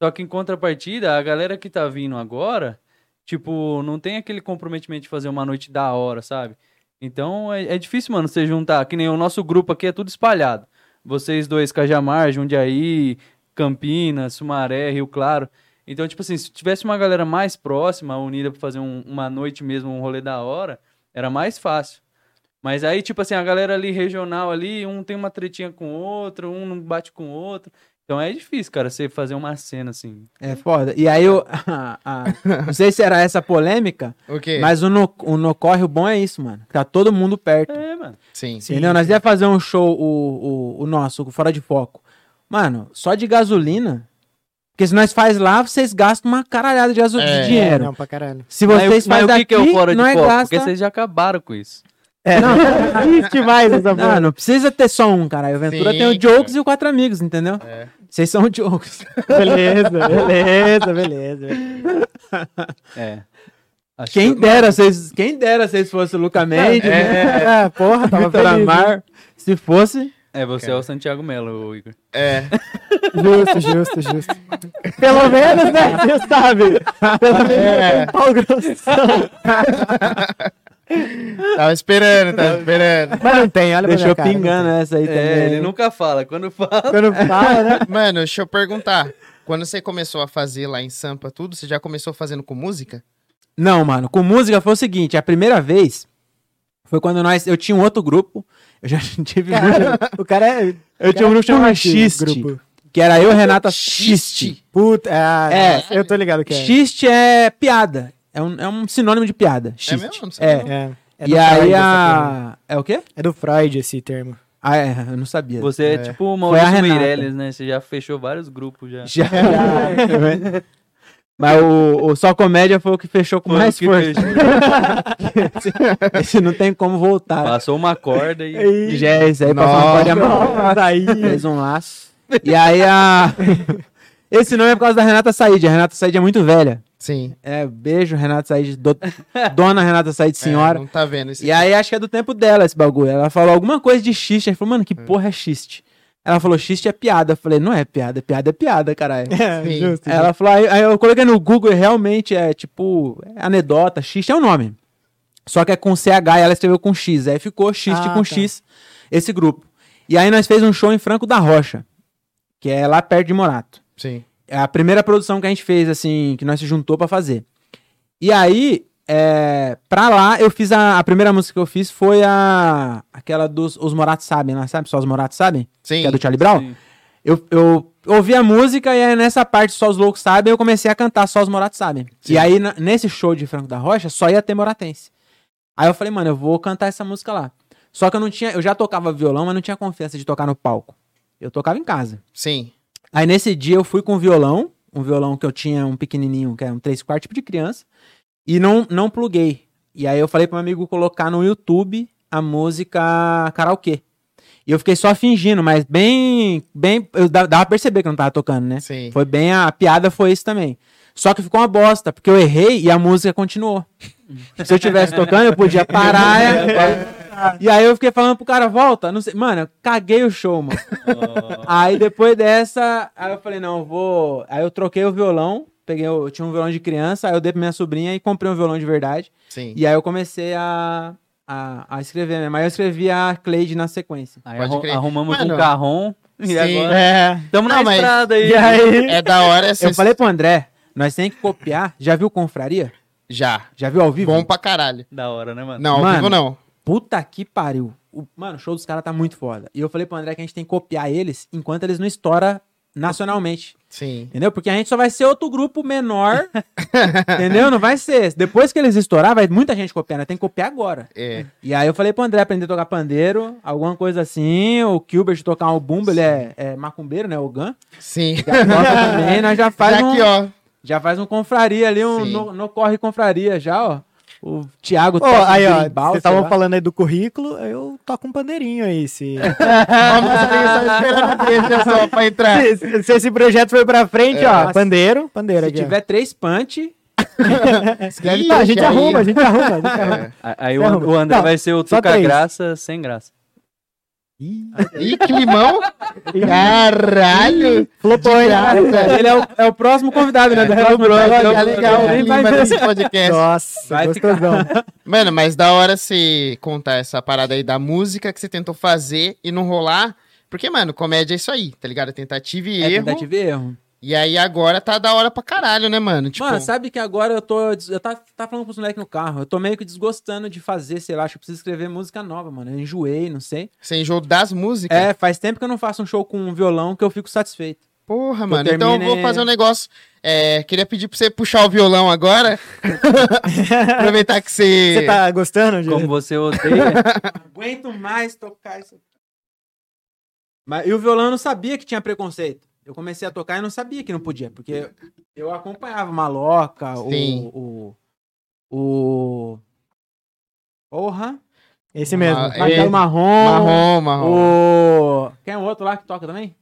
C: Só que em contrapartida, a galera que tá vindo agora, tipo, não tem aquele comprometimento de fazer uma noite da hora, sabe? Então é, é difícil, mano, você juntar, que nem o nosso grupo aqui é tudo espalhado. Vocês dois, Cajamar, Jundiaí, Campinas, Sumaré, Rio Claro. Então, tipo assim, se tivesse uma galera mais próxima, unida pra fazer um- uma noite mesmo, um rolê da hora, era mais fácil. Mas aí, tipo assim, a galera ali regional ali, um tem uma tretinha com o outro, um não bate com o outro. Então é difícil, cara, você fazer uma cena assim.
D: É foda. E aí eu. a- a- não sei se era essa polêmica,
A: O quê?
D: mas o no, o no corre, o bom é isso, mano. Tá todo mundo perto.
C: É, mano.
A: Sim.
B: Sim.
D: Entendeu? Nós ia fazer um show, o, o, o nosso, o Fora de Foco. Mano, só de gasolina. Porque se nós faz lá, vocês gastam uma caralhada de, gaso- de
A: É.
D: dinheiro.
B: Não, pra caralho.
D: Se
C: Mas
D: vocês
C: o- mas
D: fazem
C: o
D: daqui,
C: que, que é o fora de
D: não é
C: foco?
D: gasta...
C: Porque vocês já acabaram com isso.
B: É, não, não existe mais essa
D: Não,
B: porra.
D: não precisa ter só um, cara. O Ventura
A: Sim,
D: tem o
A: cara.
D: Jokes e o Quatro Amigos, entendeu?
A: É.
D: Vocês são o Jokes.
B: Beleza, beleza, beleza.
C: É. Acho
D: Quem
C: que-
D: dera vocês, quem dera vocês fossem o Luca Mendes, né?
B: É, porra, tava
D: Vitor
B: feliz.
D: Amar. Se fosse,
C: É, você é o Santiago Melo, ô, Igor.
A: É.
B: Justo, justo, justo. Pelo menos, né? Você sabe. Pelo menos, um pau grossão.
A: Tava esperando, tava esperando.
B: Mas não tem, olha
D: deixou
B: pra minha cara, né?
D: pingando essa aí também. né?
C: É, ele nunca fala. Quando fala.
B: Quando fala, né?
A: Mano, deixa eu perguntar. Quando você começou a fazer lá em Sampa tudo, você já começou fazendo com música?
D: Não, mano, com música foi o seguinte, a primeira vez foi quando nós, eu tinha um outro grupo, eu já tive muito,
B: O cara é.
D: eu tinha um grupo chamado Xiste, que era eu, Renata Xiste.
B: Puta, ah,
D: É.
B: nossa, eu tô ligado que é.
D: Xiste é piada, é um, é um sinônimo de piada, xiste.
A: mesmo? Não sabia
D: É,
A: não.
B: É. É
D: e
B: do Freud essa
D: aí
B: porra.
D: a... É o quê?
B: É do Freud esse termo.
D: Ah, é, eu não sabia.
C: Você é, tipo o
D: Foi a
C: Maurício
D: Renata.
C: Meirelles, né? Você já fechou vários grupos já.
D: Já.
B: É
D: Mas o, o Só Comédia foi o que fechou com
C: Foi o
D: mais
C: que
D: força.
C: fechou.
D: esse, esse não tem como voltar.
C: Passou uma corda e.
B: Ih,
D: Já é isso aí, passou uma
A: Nossa.
D: corda mal.
B: Nossa, aí.
D: Fez um laço. E aí a. Esse nome é por causa da Renata Said. A Renata Said é muito velha.
A: Sim.
D: É, beijo, Renata Said. do- Dona Renata Said,
A: É,
D: senhora.
A: não tá vendo isso.
D: E aí acho que é do tempo dela esse bagulho. Ela falou alguma coisa de xiste. Aí falou, mano, que porra é xiste? Ela falou, xiste é piada. Eu falei, não é piada, piada é piada, caralho.
B: É,
A: Sim.
B: justo.
D: Aí Ela falou, aí, aí eu coloquei no Google e realmente é tipo é anedota, xiste é o nome. Só que é com CH e ela escreveu com X. Aí ficou xiste
B: Ah,
D: com
B: tá.
D: X, esse grupo. E aí nós fez um show em Franco da Rocha, que é lá perto de Morato.
A: Sim.
D: É a primeira produção que a gente fez, assim, que nós se juntou pra fazer. E aí, é, pra lá, eu fiz a, a primeira música que eu fiz foi a aquela dos Os Moratos Sabem, lá, sabe? Só Os Moratos Sabem?
A: Sim.
D: que é do Charlie Brown.
C: Sim.
D: Eu, eu ouvi a música e aí nessa parte Só os Loucos Sabem, eu comecei a cantar Só os Moratos Sabem.
A: Sim.
D: E aí na- nesse show de Franco da Rocha só ia ter moratense. Aí eu falei, mano, eu vou cantar essa música lá. Só que eu não tinha, eu já tocava violão, mas não tinha confiança de tocar no palco. Eu tocava em casa.
A: Sim.
D: Aí nesse dia eu fui com um violão, um violão que eu tinha, um pequenininho, que era um 3 quartos tipo de criança, e não, não pluguei. E aí eu falei pro meu amigo colocar no YouTube a música karaokê. E eu fiquei só fingindo, mas bem, bem, eu dava dava pra perceber que eu não tava tocando, né?
A: Sim.
D: Foi bem, a piada foi isso também. Só que ficou uma bosta, porque eu errei e a música continuou. Se eu tivesse tocando, eu podia parar. né? e- E aí eu fiquei falando pro cara, volta, não sei. Mano, eu caguei o show, mano. Aí depois dessa, aí eu falei, não, eu vou. Aí eu troquei o violão, peguei, o- eu tinha um violão de criança, aí eu dei pra minha sobrinha e comprei um violão de verdade.
A: Sim.
D: E aí eu comecei a, a, a escrever mesmo. Aí eu escrevi a Cleide na sequência.
C: Aí
A: Pode
C: arru-
A: crer.
C: arrumamos
A: Mano.
C: um carrom e
A: Sim.
C: agora
B: É.
C: estamos na
A: Não, mas-
C: estrada aí.
B: E aí?
A: É da hora essa.
D: Eu falei pro André, nós tem que copiar. Já viu Confraria?
A: Já.
D: Já viu ao vivo?
A: Bom pra caralho.
C: Da hora, né, mano?
A: Não, ao
D: Mano.
A: vivo não.
D: Puta que pariu. O- mano, o show dos caras tá muito foda. E eu falei pro André que a gente tem que copiar eles enquanto eles não estouram nacionalmente.
A: Sim.
D: Entendeu? Porque a gente só vai ser outro grupo menor. entendeu? Não vai ser. Depois que eles estourar, vai muita gente copiar. Nós tem que copiar agora.
A: É.
D: E aí eu falei pro André aprender a tocar pandeiro, alguma coisa assim. O Gilbert tocar um bumbo, ele é, é macumbeiro, né? O Gun.
A: Sim.
D: Já toca também, nós já faz
A: já
D: um,
A: Tá aqui, ó.
D: já faz um confraria ali, um
A: Sim.
D: no, no corre confraria já, ó. O Thiago um
B: Ô, aí, ó,
D: berimbau,
B: vocês
D: sei
B: estavam
D: lá.
B: falando aí do currículo, eu toco um pandeirinho aí. Se,
A: Vamos ali, só esperando a deixa só pra entrar.
B: se- se- se esse projeto foi pra frente, ó, pandeiro, pandeiro
D: Se
B: aqui. ó.
D: tiver três punch,
A: Ih,
B: Tá, a gente
A: aí-
B: arruma, a gente arruma. a gente arruma.
A: É.
C: A- Aí o,
B: Ferro.
C: o André
B: Não,
C: vai ser o
B: só
C: Tuca
B: três.
C: Graça sem graça.
A: Ih, que limão! Caralho!
B: Flopou, hein?
A: Graça.
D: ele é o, é o próximo convidado, né? Do próximo
A: Tá legal o
D: Ele
A: clima
D: vai ver
A: desse podcast.
B: Nossa,
D: Vai
B: gostosão.
A: Mano, mas da hora se contar essa parada aí da música que você tentou fazer e não rolar. Porque, mano, comédia é isso aí, tá ligado? É Tentativa e
D: É
A: erro.
D: tentativa e erro.
A: E aí agora tá da hora pra caralho, né, mano? Tipo,
D: Mano, sabe que agora eu tô. des- Eu tava, tava falando pros moleques no carro. Eu tô meio que desgostando de fazer, sei lá, acho que eu preciso escrever música nova, mano. Eu enjoei, não sei.
A: você enjoou das músicas.
D: É, faz tempo que eu não faço um show com um violão que eu fico satisfeito.
A: Porra, mano. Então eu
D: termine-
A: vou fazer um negócio. É, queria pedir pra você puxar o violão agora. Aproveitar que você.
B: Você tá gostando de...
C: Como você odeia.
D: Não aguento mais tocar isso. Mas, e o violão eu não sabia que tinha preconceito. Eu comecei a tocar e não sabia que não podia, porque eu acompanhava o Maloca, o-
A: Sim.
D: o. O. Porra!
B: Esse mesmo.
A: Ah, é.
D: Marcelo Marrom.
A: Marrom, marrom.
D: O. Quem é o outro lá que toca também?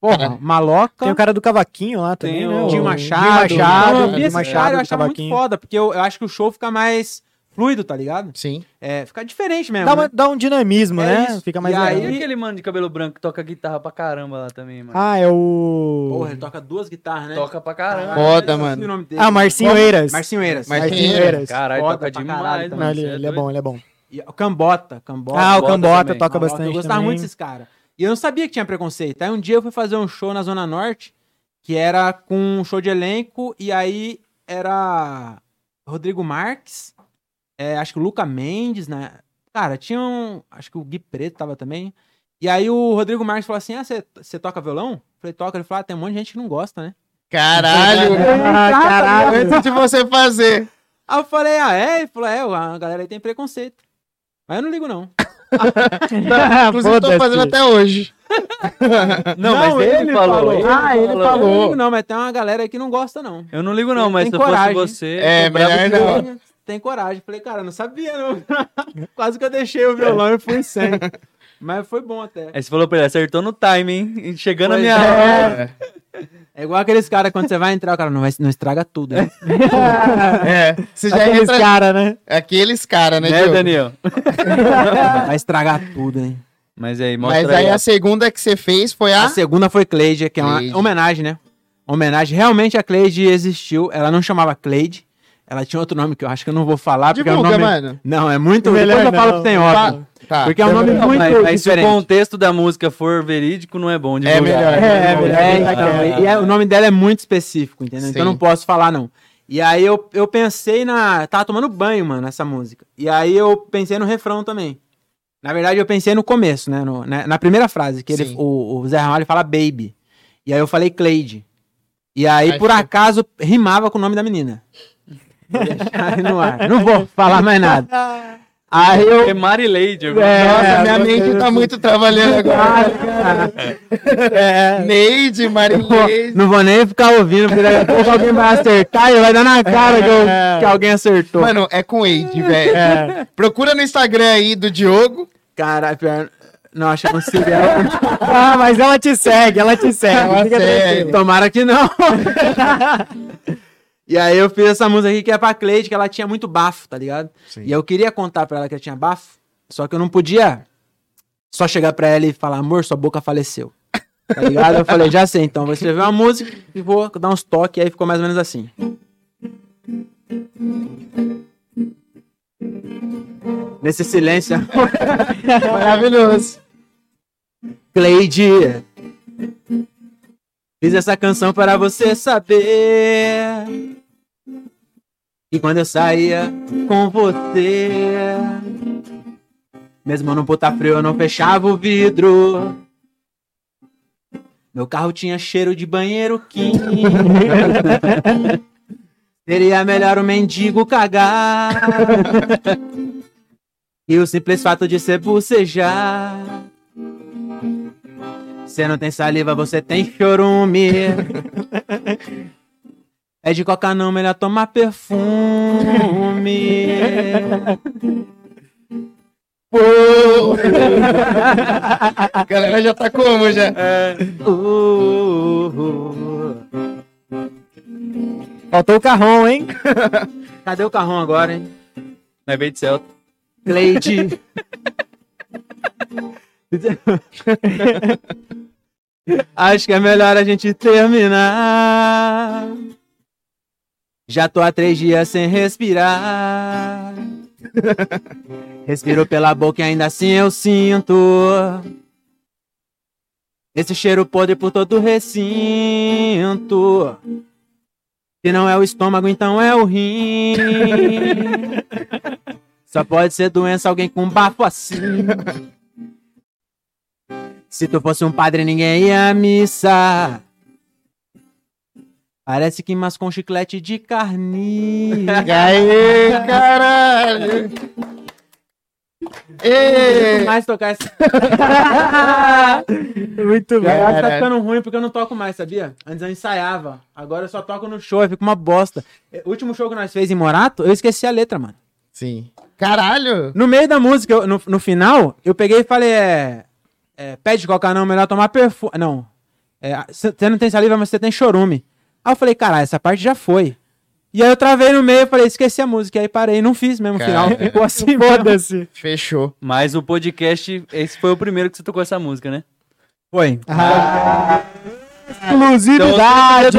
D: Porra,
A: Cara.
D: Maloca.
B: Tem o cara do cavaquinho lá também,
C: Tem
B: né? É.
C: o-
B: O
D: Dinho
C: Dinho
D: Machado.
B: Dinho Machado,
D: Não, eu vi
B: Dinho
D: esse
B: Machado
D: cara, eu
B: do
D: achava muito
B: cavaquinho.
D: foda, porque eu, eu acho que o show fica mais fluido, tá ligado?
A: Sim.
D: É, fica diferente mesmo.
B: Dá,
D: né?
B: uma- dá um dinamismo,
D: É
B: né?
D: isso.
B: Fica mais
D: E
B: legal.
C: E aquele mano de cabelo branco que toca guitarra pra caramba lá também, mano.
B: Ah, é o...
D: Porra, ele toca duas guitarras, né?
C: Toca pra caramba.
A: Foda,
D: eu esqueci
A: mano.
D: o nome dele.
B: ah, Marcinho Eiras.
D: Marcinho Eiras.
A: Mar- Marcinho
B: Marcinho
A: Eiras.
B: Eiras.
C: Caralho,
D: Foda
C: toca
D: pra
C: demais,
D: caralho também.
C: mano.
B: Não, ele,
C: Cê é
B: ele é
C: doido.
B: bom, ele é bom.
D: E o Cambota. Cambota.
B: Ah, o
C: Cambota
B: Cambota
C: também.
B: toca
D: Maloca,
B: bastante
D: Eu gostava
B: também.
D: muito desses caras. E eu não sabia que tinha preconceito. Aí um dia eu fui fazer um show na Zona Norte, que era com um show de elenco, e aí era Rodrigo Marques, é, acho que o Luca Mendes, né? Cara, tinha um. Acho que o Gui Preto tava também. E aí o Rodrigo Marques falou assim: Ah, você- você toca violão? Eu Falei, toca. Ele falou: Ah, tem um monte de gente que não gosta, né?
A: Caralho.
B: Ah, caralho.
A: Antes de você fazer.
D: Aí eu falei, ah, é? Ele falou, é, a galera aí tem preconceito. Mas eu não ligo, não.
A: Inclusive, eu tô
B: Foda-se.
A: fazendo até hoje.
C: Não, mas ele, falou.
A: Ah, ele
D: Eu
A: falou.
D: não ligo, não, mas tem uma galera aí que não gosta, não.
C: Eu não ligo não, mas
D: Tem
C: se eu
D: coragem.
C: fosse você...
A: É,
C: eu cobrava
A: melhor
C: tudo.
A: não.
D: Tem- Tem coragem. Falei, cara, eu não sabia, não. Quase que eu deixei o violão e fui sem. Mas foi bom até.
C: Aí você falou pra ele, acertou no time, hein? Chegando a
D: Pois
C: minha
D: é.
C: hora.
D: É igual aqueles caras, quando você vai entrar, o cara não, vai, não estraga tudo. Né?
A: É. Você já
B: Aqueles
A: entra.
B: caras, né?
A: Aqueles caras, né,
C: Né,
A: Diogo?
C: Daniel?
D: vai estragar tudo, hein?
C: Mas aí, mostra
A: Mas aí é
C: aí.
A: a segunda que você fez foi a.
D: A segunda foi Cleide, que é uma
A: Cleide.
D: homenagem, né? Homenagem. Realmente a Cleide existiu. Ela não chamava Cleide. Ela tinha outro nome que eu acho que eu não vou falar. porque é um
A: Divulga,
D: nome...
A: mano.
D: Não, é muito...
B: Melhor
D: Depois eu
B: não.
D: falo que tem óbvio.
A: Tá.
D: Porque é um nome
B: Não,
D: muito
C: mas, mas se o
D: diferente.
C: contexto da música for verídico, não é bom
A: É
C: divulgar.
A: melhor.
B: É, é melhor.
D: É,
B: tá
D: então,
B: aqui, ó.
D: e é- o nome dela é muito específico, entendeu? Então eu
A: Sim.
D: não posso falar, não. E aí eu, eu pensei na. Tava tomando banho, mano, essa música. E aí eu pensei no refrão também. Na verdade, eu pensei no começo, né? no- né, na primeira frase, que ele,
A: Sim.
D: o, o Zé Ramalho fala baby. E aí eu falei Cleide. E aí,
A: Ai,
D: por
A: show.
D: acaso, rimava com o nome da menina. Vou deixar aí no ar. Não vou falar mais nada. Aí eu.
C: É Marileide. eu-
A: Nossa, minha
B: eu
A: mente
B: gostei
A: tá
B: desse-
A: muito trabalhando agora.
B: É.
A: Neide, Marilene.
D: Não vou nem ficar ouvindo, porque daqui a pouco alguém vai acertar e vai dar na cara que, eu-
B: É.
D: que alguém acertou.
A: Mano, é com Eide, velho.
B: É.
A: Procura no Instagram aí do Diogo.
D: Cara, pior. Não, acho que eu não sei.
B: Ah, mas ela te segue, ela te segue.
A: Ela
B: fica
A: segue.
B: tranquilo.
D: É, Tomara que não. e aí eu fiz essa música aqui que é pra Cleide, que ela tinha muito bafo, tá ligado? E eu queria contar pra ela que ela tinha bafo, só que eu não podia só chegar pra ela e falar, amor, sua boca faleceu. Tá ligado? Eu falei, já sei, então vou escrever uma música e vou dar uns toques, aí ficou mais ou menos assim. Nesse silêncio.
A: Maravilhoso.
D: Cleide. Fiz essa canção para você saber que quando eu saía com você, mesmo no puta frio eu não fechava o vidro. Meu carro tinha cheiro de banheiro químico. Seria melhor o mendigo cagar. e o simples fato de ser bucejar. Você não tem saliva, você tem chorume. É de coca não, melhor tomar perfume.
A: Pô. A galera já tá como já?
D: Uh,
B: Faltou o carrão, hein?
D: Cadê o carrão agora, hein?
C: Não é bem de Celta.
D: Cleide. Acho que é melhor a gente terminar. Já tô há três dias sem respirar. Respiro pela boca e ainda assim eu sinto Esse cheiro podre por todo o recinto. Se não é o estômago, então é o rim. Só pode ser doença alguém com bafo assim. Se tu fosse um padre, ninguém ia à missa. Parece que mas com chiclete de carne.
B: É.
A: Aê, caralho!
D: Não
A: Ê,
D: mais tocar essa.
B: Muito bom.
D: Agora tá
A: Caralho.
D: ficando ruim porque eu não toco mais, sabia? Antes eu ensaiava. Agora eu só toco no show e fica uma bosta. É, O último show que nós fez em Morato, eu esqueci a letra, mano.
A: Sim. Caralho!
D: No meio da música, eu- no, no final, eu peguei e falei, é. é, pede coca não, melhor tomar perfume. Não. Você não tem saliva, mas você tem chorume. Aí eu falei, caralho, essa parte já foi. E aí eu travei no meio e falei, esqueci a música. Aí parei, não fiz mesmo o final.
A: Caralho.
D: Ficou assim,
B: Foda-se.
A: Fechou.
C: Mas o podcast, esse foi o primeiro que você tocou essa música, né?
D: Foi.
B: Exclusividade!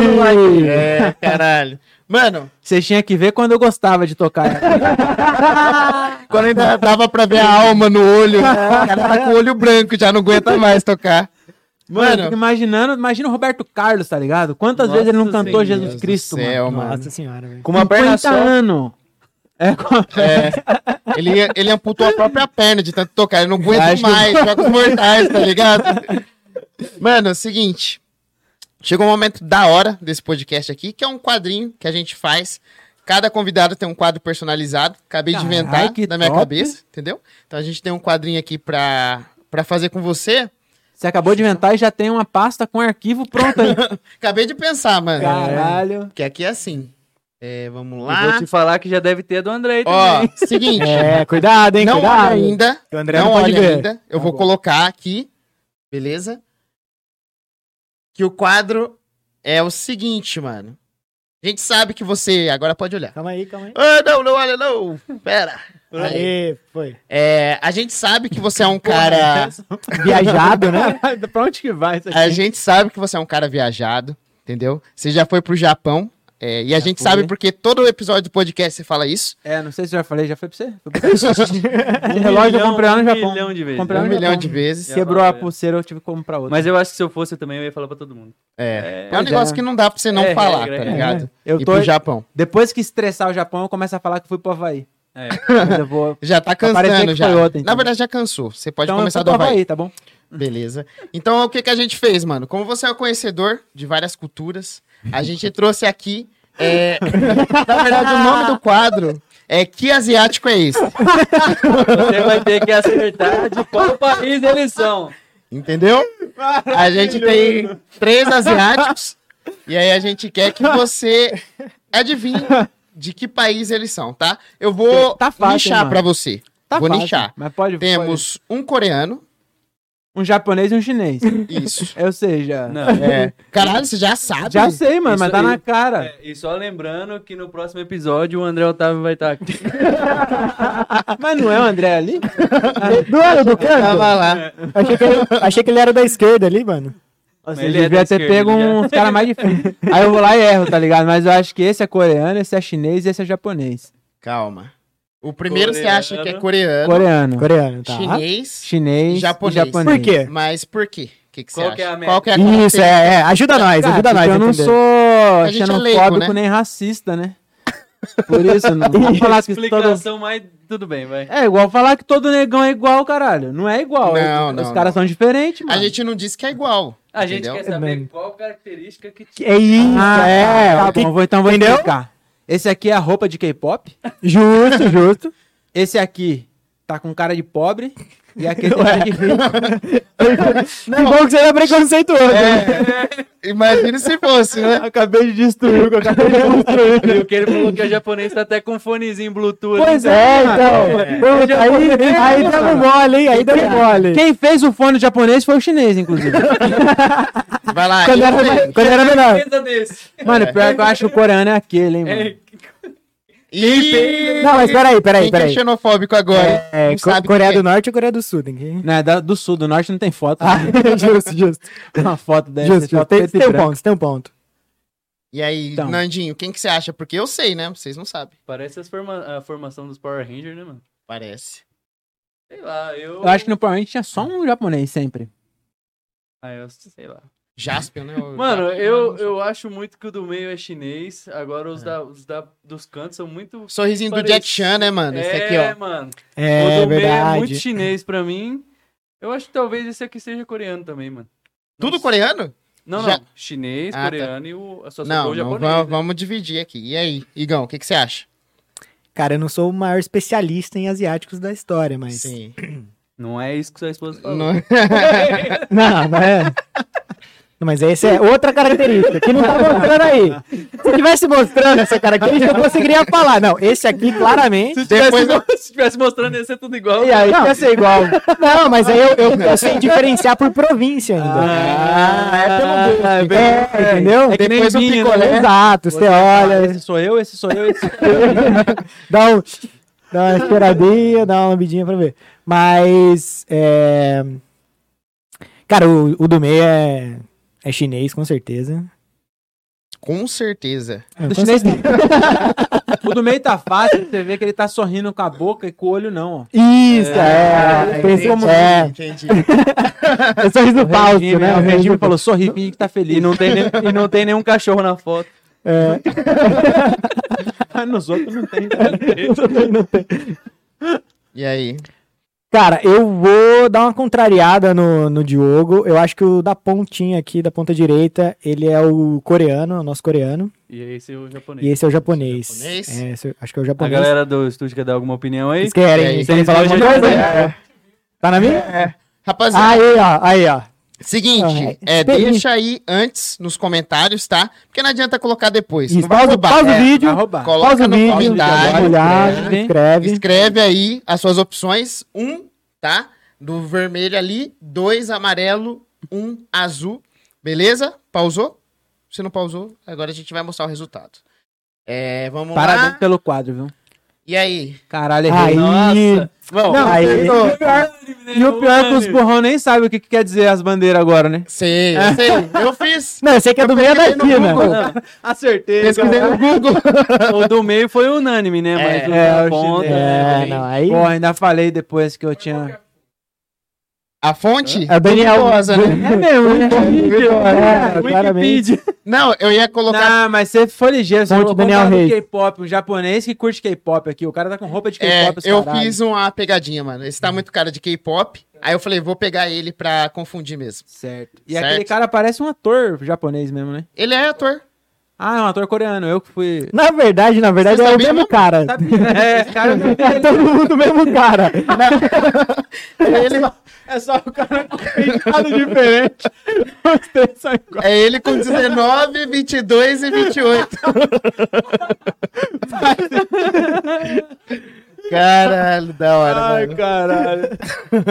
A: É, caralho. Mano,
D: Vocês tinham que ver quando eu gostava de tocar.
A: quando ainda dava pra ver a alma no olho, o cara tá com o olho branco, já não aguenta mais tocar.
D: Mano, eu
A: Mano,
D: fico imaginando, imagina o Roberto Carlos, tá ligado? Quantas
C: Nossa
D: vezes ele não cantou
C: Senhora.
D: Jesus
A: Deus do
D: Cristo, mano?
A: céu, mano.
B: Nossa senhora, velho.
C: Com uma perna
D: 50
C: só.
D: anos. É, com-
A: É, ele, ele amputou a própria perna de tanto tocar. Ele não aguenta
D: Acho que-
A: mais. Jogos mortais, tá ligado? Mano, é o seguinte. Chegou um momento da hora desse podcast aqui, que é um quadrinho que a gente faz. Cada convidado tem um quadro personalizado. Acabei de
D: Caralho,
A: inventar
D: que
A: na minha
D: top.
A: cabeça, entendeu? Então a gente tem um quadrinho aqui pra, pra fazer com você.
D: Você acabou de inventar e já tem uma pasta com arquivo pronta aí.
A: Acabei de pensar, mano.
D: Caralho.
A: Que aqui é assim. É, vamos
C: E vou
A: lá.
C: te falar que já deve ter a do André
A: Ó,
C: também.
A: seguinte.
B: É, cuidado, hein?
A: não
B: cuidado.
A: olha ainda.
B: Que o André
A: não,
B: não, pode
A: olha
B: ver.
A: ainda. Eu
B: Tá
A: vou
B: bom.
A: colocar aqui, beleza? Que o quadro é o seguinte, mano. A gente sabe que você. Agora pode olhar.
B: Calma aí, calma aí.
A: Ah, não, não olha, não. Pera. Aí.
B: Aê, foi.
A: É, a gente sabe que você é um cara.
B: Viajado, né?
D: Caralho, pra onde que vai isso aqui?
A: A gente sabe que você é um cara viajado, entendeu? Você já foi pro Japão. é, e a gente
D: fui.
A: sabe porque todo episódio do podcast você fala isso.
D: É, não sei se eu já falei, já foi pra você? Foi pra você? Esse relógio eu
C: milhão,
D: comprei lá no
C: um
D: Japão.
C: milhão de vezes.
D: Comprei
A: Um
B: Então
D: lá no
A: milhão
D: Japão.
A: de vezes.
D: Quebrou a
C: Já foi.
D: pulseira, eu tive que comprar outra.
C: Mas eu acho que se eu fosse eu também, eu ia falar pra todo mundo.
A: É. É, um
D: Pois é.
A: negócio que não dá pra você não
C: É
A: falar,
C: regra,
A: tá
C: é.
A: ligado?
D: eu
A: E
D: tô...
A: pro Japão.
D: Depois que estressar o Japão, eu começo a falar que fui pro Havaí.
C: É.
D: Mas eu vou...
A: Já tá
D: Pra parecer
A: cansando
D: que
A: já.
D: foi ontem,
A: Na
D: então.
A: verdade já cansou. Você pode
D: Então eu
A: começar
D: fui
A: do
D: pro
A: Havaí.
D: Havaí, tá bom?
A: Beleza. Então o que que a gente fez, mano? Como você é um conhecedor de várias culturas, a gente trouxe aqui é, na verdade o nome do quadro é que asiático é esse?
C: Você vai ter que acertar de qual país eles são.
A: Entendeu? A gente tem três asiáticos e aí a gente quer que você adivinhe de que país eles são, tá? Eu vou
D: Tá fácil, hein,
A: nichar
D: mano?
A: pra você.
D: Tá
A: vou
D: fácil,
A: nichar.
D: Mas pode
A: Temos um coreano,
D: pode. Um japonês e um chinês.
A: isso.
D: Ou seja,
C: Não.
A: É. Caralho, você já sabe?
D: já sei, mano, mas
C: Isso
D: tá
C: aí.
D: na cara.
C: É, e só lembrando que no próximo episódio o André Otávio vai estar aqui.
D: Mas não é o André ali?
B: Do lado do canto?
A: Tava lá.
C: É.
B: Achei que, ele, achei que ele era da esquerda ali, mano.
D: Ou
C: ele
D: seja,
C: é da
D: devia ter
C: esquerda,
D: pego
C: ele é.
D: uns caras mais difíceis. Aí eu vou lá e erro, tá ligado? Mas eu acho que esse é coreano, esse é chinês e esse é japonês.
A: Calma. O primeiro você
C: Coreano.
A: acha que é coreano,
D: Coreano,
B: Coreano, tá?
A: chinês,
D: chinês e
A: Japonês.
D: japonês.
B: Por quê?
A: mas por quê? O que, que você
C: Qual
A: acha?
C: que é a média?
A: Qual que é a
B: Isso,
A: característica?
B: é, é. Ajuda nós,
D: Cara,
B: ajuda nós.
D: porque eu não
B: entender.
D: sou
A: A gente é leigo,
D: xenofóbico
A: né?
D: nem racista, né? Por isso, não vou falar que todo...
C: Explicação, mas tudo bem, vai.
D: É igual falar que todo negão é igual, caralho. Não é igual.
A: Não,
D: Os-
A: não,
D: Os caras são diferentes, mano.
A: A gente não disse que é igual.
C: A gente
A: entendeu?
C: quer saber
B: Mano.
C: qual característica que te...
B: É isso,
D: Ah,
B: é.
D: é. Tá
B: que-
D: bom, vou, então vou
B: Entendeu?
D: explicar. Esse aqui é a roupa de K-pop.
B: Justo, justo.
D: Esse aqui tá com cara de pobre. E aquele aqui
B: Que bom que você era preconceituoso.
A: É.
B: né?
A: Imagina se fosse, né?
B: Acabei de destruir o que eu acabei de construir.
C: E o que ele falou que é japonês tá até com um fonezinho Bluetooth.
D: Pois
B: É,
D: é,
B: então. Puta, aí, aí
D: mano.
B: deu um mole, hein? Aí deu mole.
D: Quem fez o fone japonês foi o chinês, inclusive.
A: Vai lá.
B: Quando
A: eu
B: era,
A: sei.
B: mais- quando era
A: é.
B: menor.
C: Pensa desse.
D: Mano, pior que eu acho que o coreano é aquele, hein, mano.
C: É,
A: E...
B: Não, mas peraí, peraí,
A: Quem que é
B: peraí.
A: xenofóbico agora?
B: É,
A: Não
B: Co-
A: sabe
B: Coreia
A: quem
B: do Norte ou Coreia do Sul? Tem que...
D: Não, é da- do sul, do norte não tem foto.
B: Ah, justo, justo.
D: Tem uma foto dessa.
B: justo, justo.
D: foto
B: Tem,
D: preto e
B: tem um
D: branco.
B: ponto, você tem um ponto.
A: é. E aí,
D: Então.
A: Nandinho, quem que você acha? Porque eu sei, né? Vocês não sabem.
C: Parece as forma- a formação dos Power Rangers, né, mano?
A: Parece.
C: Sei lá, eu...
D: Eu acho que no Power Rangers tinha só um japonês sempre.
C: Ah, eu sei lá. Tá,
A: Jaspion, né? O-
C: Mano, eu, eu acho muito que o do meio é chinês. Agora os, da, os da, dos cantos são muito.
A: Sorrisinho do
C: Parece-
A: Jack Chan, né, mano? Esse aqui,
C: é,
A: ó.
C: mano. o
B: É,
C: do meio é muito
B: verdade.
C: chinês pra mim. Eu acho que talvez esse aqui seja coreano também, mano.
A: Tudo coreano?
C: Não,
A: Já-
C: não. Chinês,
A: Ah, tá.
C: coreano e o. A sua
A: Não,
C: não,
A: não,
C: japonês.
A: vamos,
C: né?
A: vamos dividir aqui. E aí, Igão, o que, que você acha?
B: Cara, eu não sou o maior especialista em asiáticos da história, mas.
A: Sim.
C: Não é isso que sua esposa falou.
A: Não-
B: Não, não é. Não, Mas essa é outra característica que não tá mostrando aí. Se tivesse mostrando essa característica, eu conseguiria falar. Não, esse aqui claramente.
C: Se tivesse,
A: Depois eu-
C: se tivesse mostrando ia ser tudo igual.
B: E aí, ia ser igual. Não, mas aí eu, eu, eu sei diferenciar por província ainda.
D: é
B: é, entendeu?
D: Ah, É que nem
B: Depois o
D: vinho, né?
B: picolé. Exato, você olha,
D: Esse sou eu, esse sou eu, esse.
B: dá, um, dá uma esperadinha, dá uma lambidinha pra ver. Mas. É... Cara, o, o do meio é, é chinês, com certeza.
A: Com certeza.
D: Do chinês tem. o do meio tá fácil, você vê que ele tá sorrindo com a boca e com o olho não, ó.
B: Isso, é.
A: Ah,
B: é, pensei como- é,
A: entendi.
B: é sorriso falso,
D: Regime,
B: né?
D: O Regime
B: Sorriso-
D: falou, sorri, finge que tá
C: E
D: feliz.
C: não, tem nem- e não tem nenhum cachorro na foto.
B: É.
D: Nos outros não tem. né?
A: E aí?
B: Cara, eu vou dar uma contrariada no, no Diogo. Eu acho que o da pontinha aqui, da ponta direita, ele é o coreano, é o nosso coreano.
C: E esse é o japonês.
B: E esse é o japonês.
A: japonês?
B: É, esse eu- acho que é o
C: A
B: japonês.
C: galera do estúdio quer dar alguma opinião aí?
B: Vocês querem,
A: E aí?
B: vocês querem falar alguma
C: Vocês
B: coisa?
C: querem?
B: É. Tá na minha?
A: Rapaziada,
B: Aí, ó, aí, ó.
A: seguinte,
B: Ah, é.
A: é, deixa aí antes nos comentários, tá? Porque não adianta colocar depois.
B: Isso,
A: não vai
B: pausa,
A: roubar.
B: pausa o
A: É,
B: vídeo,
D: vai roubar.
A: Coloca
B: pausa o
A: no
B: vídeo, dá uma
A: calendário,
B: olhada,
D: escreve.
B: escreve.
A: Escreve aí as suas opções. Um, tá? Do vermelho ali, dois amarelo, um azul. Beleza? Pausou? Se não pausou, agora a gente vai mostrar o resultado. É, vamos
D: Parabéns
A: lá.
D: pelo quadro, viu?
A: E aí?
D: Caralho,
B: Aí.
D: errei.
C: Nossa. Bom,
B: Não, aí-
D: E o pior- E o pior é que os burrão nem sabem o que, que quer dizer as bandeiras agora, né?
A: Sei, eu sei. Eu fiz.
B: Não, eu sei que é do meio da
A: pesquisei no
B: esquina.
A: Google.
C: Não,
D: Acertei.
A: Pesquisei no Google.
C: então. o do meio foi unânime, né? Mas
A: É,
C: o
D: é,
C: da
D: o
C: ponta.
D: chinês.
B: É,
C: né?
B: não, aí...
D: Pô, ainda falei depois que eu tinha.
A: A fonte?
B: É o Daniel...
A: Duvidosa, né?
D: É mesmo, né?
B: um É, claramente.
A: Não, eu ia colocar.
D: Não, mas você foi ligeiro. Você
B: Fonte
D: colocou um
B: Daniel
D: cara do
B: Reis.
D: K-pop, um japonês que curte K-pop aqui. O cara tá com roupa de
A: É,
D: K-pop, os
A: eu
D: caralho.
A: fiz uma pegadinha, mano. Esse tá muito cara de K-pop. Aí eu falei, vou pegar ele pra confundir mesmo.
D: Certo. E
A: Certo.
D: aquele cara parece um ator japonês mesmo, né?
A: Ele é ator.
D: Ah, é um ator coreano. Eu que fui.
B: Na verdade, na verdade,
A: Você
B: é o
A: sabia,
B: mesmo
A: não?
B: cara.
D: Sabia, né? Esse cara não
B: É todo mundo o mesmo cara.
A: É ele,
D: É só o cara com pintado diferente. Os três são iguais.
A: é ele com 19, 22 e 28. Caralho, da hora,
D: Ai,
A: mano.
D: caralho.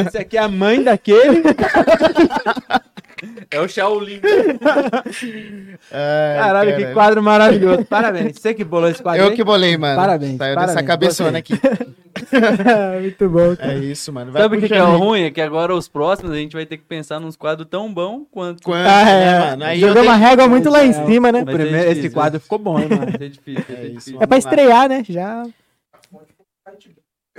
D: Esse aqui é a mãe daquele.
C: É o Shaolin.
A: Ai,
D: Caralho, que quadro maravilhoso. Parabéns. Você que bolou esse quadro.
A: É, Eu
D: aí?
A: que bolei, mano.
D: Parabéns,
A: Saiu dessa
D: parabéns,
A: cabeçona aqui.
B: Muito bom,
A: É
B: cara.
A: isso, mano. Vai
C: Sabe o que, que é
A: puxando aí.
C: ruim? É que agora os próximos a gente vai ter que pensar nos quadros tão bom quanto.
A: Quanto,
B: Ah,
A: né,
B: é.
A: mano? Aí eu
B: Jogou uma
A: tenho-
B: régua muito lá em cima, né?
D: O
C: Mas é
D: primeiro,
C: difícil,
D: esse quadro
C: né?
D: ficou bom, hein, mano.
C: Vai ser difícil, vai
A: É
C: ser
A: isso,
C: difícil.
B: É pra estrear, né? Já.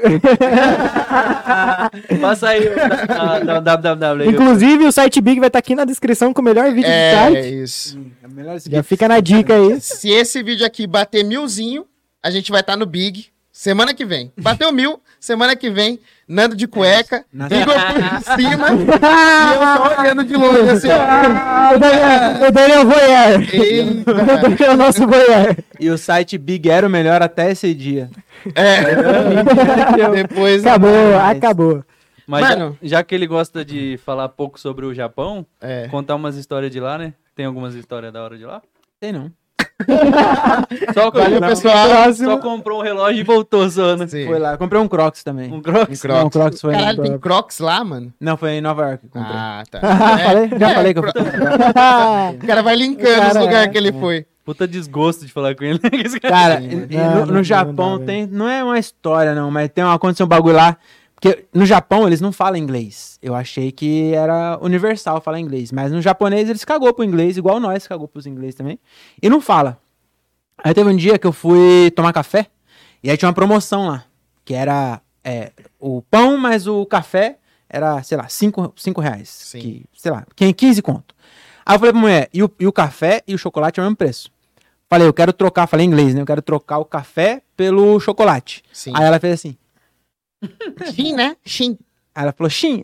C: Passa aí o da- da- da www. aí, ó.
B: Inclusive, o site Big vai estar aqui na descrição com o melhor vídeo do
A: É, é
B: site.
A: isso.
D: É melhor esse
B: Já fica na dica aí.
A: Se esse vídeo aqui bater milzinho, a gente vai estar no Big semana que vem. Bateu mil, semana que vem, Nando de cueca,
D: Na-
A: Igor por cima e eu só olhando de longe assim. ó.
B: Ah, o Daniel, o Daniel Voyeur.
A: Eita.
B: O Daniel é o nosso Voyeur.
D: E o site Big era o melhor até esse dia.
A: É. Depois.
B: Acabou, acabou.
C: Mas
A: Mano.
C: já, já que ele gosta de falar pouco sobre o Japão,
A: É.
C: contar umas histórias de lá, né? Tem algumas histórias da hora de lá?
D: Tem não.
C: Só, com-
A: Valeu, pessoal.
B: Próximo.
C: só comprou um relógio e voltou, Zona.
A: Sim.
D: Foi lá. Comprei um Crocs também.
C: Um Crocs.
D: Não, o
A: Crocs.
D: Crocs foi.
A: Caralho,
D: em-
A: tem Crocs lá, mano?
D: Não, foi em Nova York. que Comprei.
A: Ah, tá.
B: Falei?
D: Já falei que eu um fui.
A: O cara vai linkando os
B: Cara,
A: lugares que ele
D: é.
A: foi.
C: Puta desgosto de falar com ele.
D: Cara, e- e
B: Não,
D: no,
B: não
D: no
B: dá,
D: Japão
B: não dá,
D: tem. Não é uma história, não, mas tem uma aconteceu um bagulho lá. Porque no Japão eles não falam inglês. Eu achei que era universal falar inglês. Mas no japonês eles cagou pro inglês, igual nós cagou pros inglês também. E não fala. Aí teve um dia que eu fui tomar café. E aí tinha uma promoção lá. Que era é, o pão mais o café era, sei lá, 5 reais.
A: Sim.
D: Que, sei lá, 15 conto. Aí eu falei pra mulher, e o, e o café e o chocolate é o mesmo preço. Falei, eu quero trocar, falei em inglês, né? Eu quero trocar o café pelo chocolate.
A: Sim.
D: Aí ela fez assim.
A: Sim, né? Sim.
D: Aí ela falou, sim.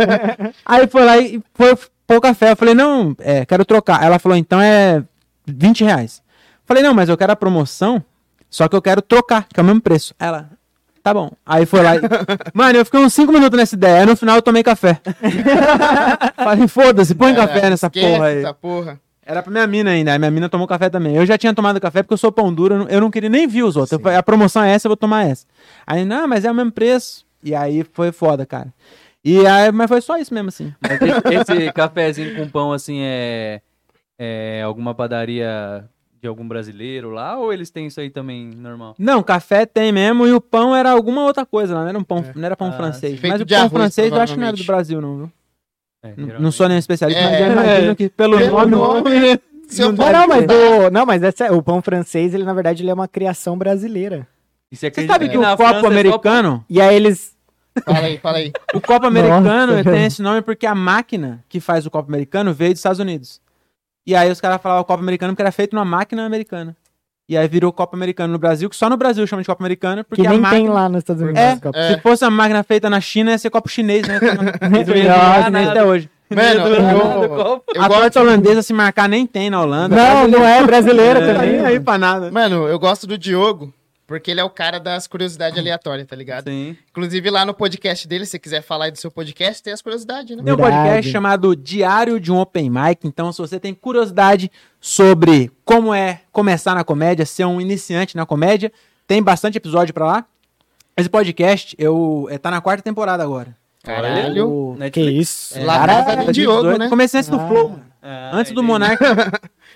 D: aí foi lá e foi pôr o café. Eu falei, não, é, quero trocar. Aí Ela falou, então é 20 reais. Falei, não, mas eu quero a promoção, só que eu quero trocar, que é o mesmo preço. Aí Ela, tá bom. Aí foi lá. e- Mano, eu fiquei uns 5 minutos nessa ideia. Aí no final eu tomei café. falei, foda-se, põe café nessa
A: É, Esquece
D: porra aí.
A: Essa porra.
D: Era pra minha mina ainda. Aí minha mina tomou café também. Eu já tinha tomado café porque eu sou pão duro. eu não- Eu não queria nem ver os outros. Eu
A: Sim.
D: falei, a promoção é essa, eu vou tomar essa. Aí, não, mas é o mesmo preço. E aí foi foda, cara. E aí, mas foi só isso mesmo, assim.
C: Mas e- esse cafezinho com pão, assim, é, é alguma padaria de algum brasileiro lá? Ou eles têm isso aí também normal?
D: Não, café tem mesmo. E o pão era alguma outra coisa lá. Não era um pão, não era pão
C: Ah,
D: francês.
A: É. feito
D: Mas o
A: de
D: pão
A: arroz,
D: francês eu acho que não era do
A: provavelmente.
D: Brasil, não. viu?
C: É,
D: Não- Não
C: geralmente.
D: sou nenhum especialista,
A: É,
D: mas eu imagino que pelo,
A: pelo
D: nome...
A: nome, Se eu é.
D: Não
B: Não,
A: for-
D: dá,
B: não, mas,
A: Verdade.
B: o, não, mas essa- é, o pão francês, ele na verdade ele é uma criação brasileira.
C: E você
D: Você
C: acredita
D: sabe que o
C: na
D: copo
C: França é só
D: americano...
B: E aí eles.
A: Fala aí, fala aí.
D: O copo americano
B: Nossa.
D: tem esse nome porque a máquina que faz o copo americano veio dos Estados Unidos. E aí os caras falavam copo americano porque era feito numa máquina americana. E aí virou copo americano no Brasil, que só no Brasil chama de copo americano, porque
B: Que
D: a
B: nem
D: máquina...
B: tem lá nos Estados Unidos.
D: É.
B: esse copo.
A: É.
D: Se fosse uma máquina feita na China, ia ser copo chinês, né? E não ia
B: Nossa,
D: durar
B: né?
D: nada até hoje.
A: Mano,
C: do nada,
A: eu,
C: do copo.
A: eu
D: a tá-
A: gosto.
D: torta holandesa se marcar nem tem na Holanda.
B: Não, não é brasileira
D: Não tá nem
B: também.
D: aí pra nada.
A: Mano, eu gosto do Diogo, porque ele é o cara das curiosidades aleatórias, tá ligado?
C: Sim.
A: Inclusive, lá no podcast dele, se você quiser falar aí do seu podcast, tem as curiosidades, né?
D: Tem um
B: Verdade.
D: podcast chamado Diário de um Open Mic. Então, se você tem curiosidade sobre como é começar na comédia, ser um iniciante na comédia, tem bastante episódio pra lá. Esse podcast, eu é, tá na quarta temporada agora.
A: Caralho.
D: Eu-
B: Que
C: Netflix.
B: isso.
A: É, lá na casa do Diogo, né?
D: Comecei antes do
B: Ah.
D: Flow, mano.
C: Ah,
D: Antes do
C: entendi.
D: Monark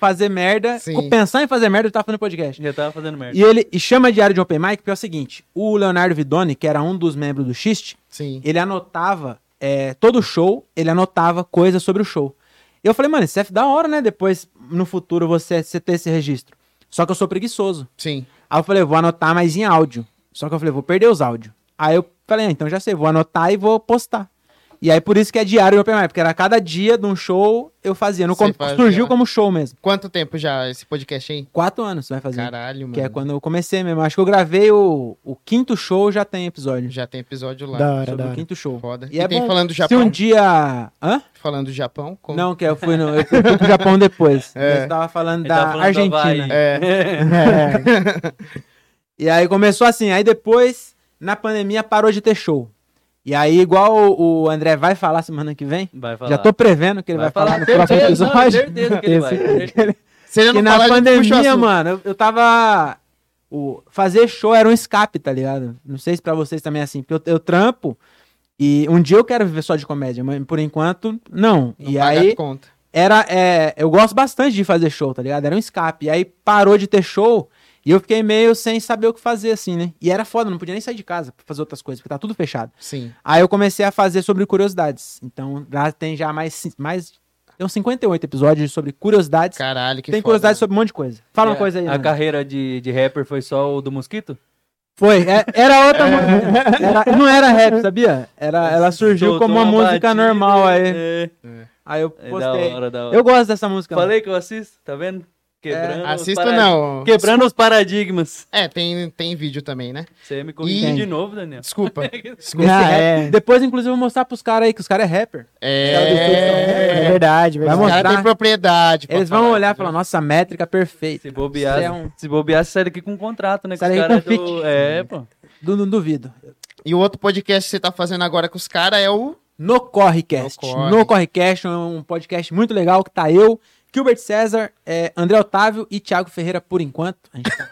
D: fazer merda,
A: Sim.
D: co- pensar em fazer merda, eu tava fazendo podcast.
C: Já tava fazendo merda.
D: E ele e chama Diário de Open Mic porque é o seguinte, o Leonardo Vidoni, que era um dos membros do Xiste,
A: Sim.
D: ele anotava é, todo show, ele anotava coisas sobre o show. E eu falei, mano, isso é da hora, né? Depois, no futuro, você, você ter esse registro. Só que eu sou preguiçoso.
A: Sim.
D: Aí eu falei, vou anotar, mas em áudio. Só que eu falei, vou perder os áudios. Aí eu falei, ah, então já sei, vou anotar e vou postar. E aí por isso que é diário do Open Mic, porque era cada dia de um show eu fazia. No
A: Você
D: com-
A: fazia.
D: Surgiu como show mesmo.
A: Quanto tempo já esse podcast aí?
D: Quatro anos você vai fazer.
A: Caralho, mano.
D: que é quando eu comecei mesmo. Acho que eu gravei o, o quinto show, já tem episódio.
A: Já tem episódio lá.
B: Da hora,
D: sobre
B: da
D: o
B: hora.
D: quinto show.
A: Foda.
D: E é
A: tem
D: bom.
A: falando do
D: Se
A: Japão?
D: um dia. Hã?
A: Falando do Japão? Como?
D: Não, que eu fui no, eu fui pro Japão depois.
A: É.
D: Eu tava falando
C: Ele
D: da
C: tava falando do
D: Argentina.
C: Havaí.
A: É.
B: É.
D: E aí começou assim. Aí depois, na pandemia, parou de ter show. E aí, igual o, o André vai falar semana que vem,
C: Vai falar.
D: É. já tô prevendo que ele vai, falar, no próximo
C: certeza, não,
D: episódio.
C: certeza que ele vai. certeza.
A: Se ele
D: Que
A: não
D: na
A: falar, a gente puxa o
D: pandemia,
A: assunto.
D: mano, eu, eu tava. O, fazer show era um escape, tá ligado? Não sei se pra vocês também é assim, porque eu, eu trampo e um dia eu quero viver só de comédia, mas por enquanto,
A: Não
D: não. e
A: paga
D: aí.
A: as contas.
D: era. é, eu gosto bastante de fazer show, tá ligado? Era um escape. E aí parou de ter show e eu fiquei meio sem saber o que fazer, assim, né? E era foda, não podia nem sair de casa pra fazer outras coisas, porque tá tudo fechado.
A: Sim.
D: Aí eu comecei a fazer sobre curiosidades. Então lá tem já mais. cin- mais tem uns 58 episódios sobre curiosidades.
A: Caralho, que
D: tem
A: foda.
D: curiosidades sobre um monte de coisa. Fala uma coisa aí.
C: né? É,
D: né?
C: A
D: mano.
C: carreira de, de rapper foi só o do Mosquito?
D: Foi. é- era outra música. Era- não era rap, sabia? Era, ela surgiu
C: Soltou
D: como uma, música
C: batida,
D: normal aí.
C: É,
D: Aí eu
C: é da
D: postei.
C: hora, da hora.
D: Eu gosto dessa música. mano.
C: Falei que eu assisto, tá vendo?
D: É,
C: Quebrando os
A: Assista
C: parad-
A: não.
C: Quebrando os paradigmas.
A: É, tem, tem vídeo também, né?
C: Você me corrigiu
A: E-
C: de novo, Daniel.
A: Desculpa.
D: Esse
A: Desculpa.
B: Ah,
D: rap-
B: é.
D: Depois, inclusive, eu vou mostrar pros caras aí, que os caras é rapper.
B: É
A: É.
B: verdade,
A: Os
B: verdade.
D: mostrar.
A: caras têm propriedade.
B: Tipo,
A: pra
D: Eles vão
A: falar.
B: né?
D: olhar e falar, nossa, métrica perfeita.
C: Se bobear,
A: né?
D: Isso é um-
C: se bobear, você sai daqui com um contrato, né? Que
D: Sai
C: os
D: daqui
C: caras
D: com um
C: do...
D: fit.
C: É, pô.
D: Du- Não duvido.
A: E o outro podcast que você tá fazendo agora com os caras é o.
D: No Correcast.
A: No Corre.
D: No Correcast é um podcast muito legal que tá eu, Gilbert César, é, André Otávio e Thiago Ferreira por enquanto. A gente tá-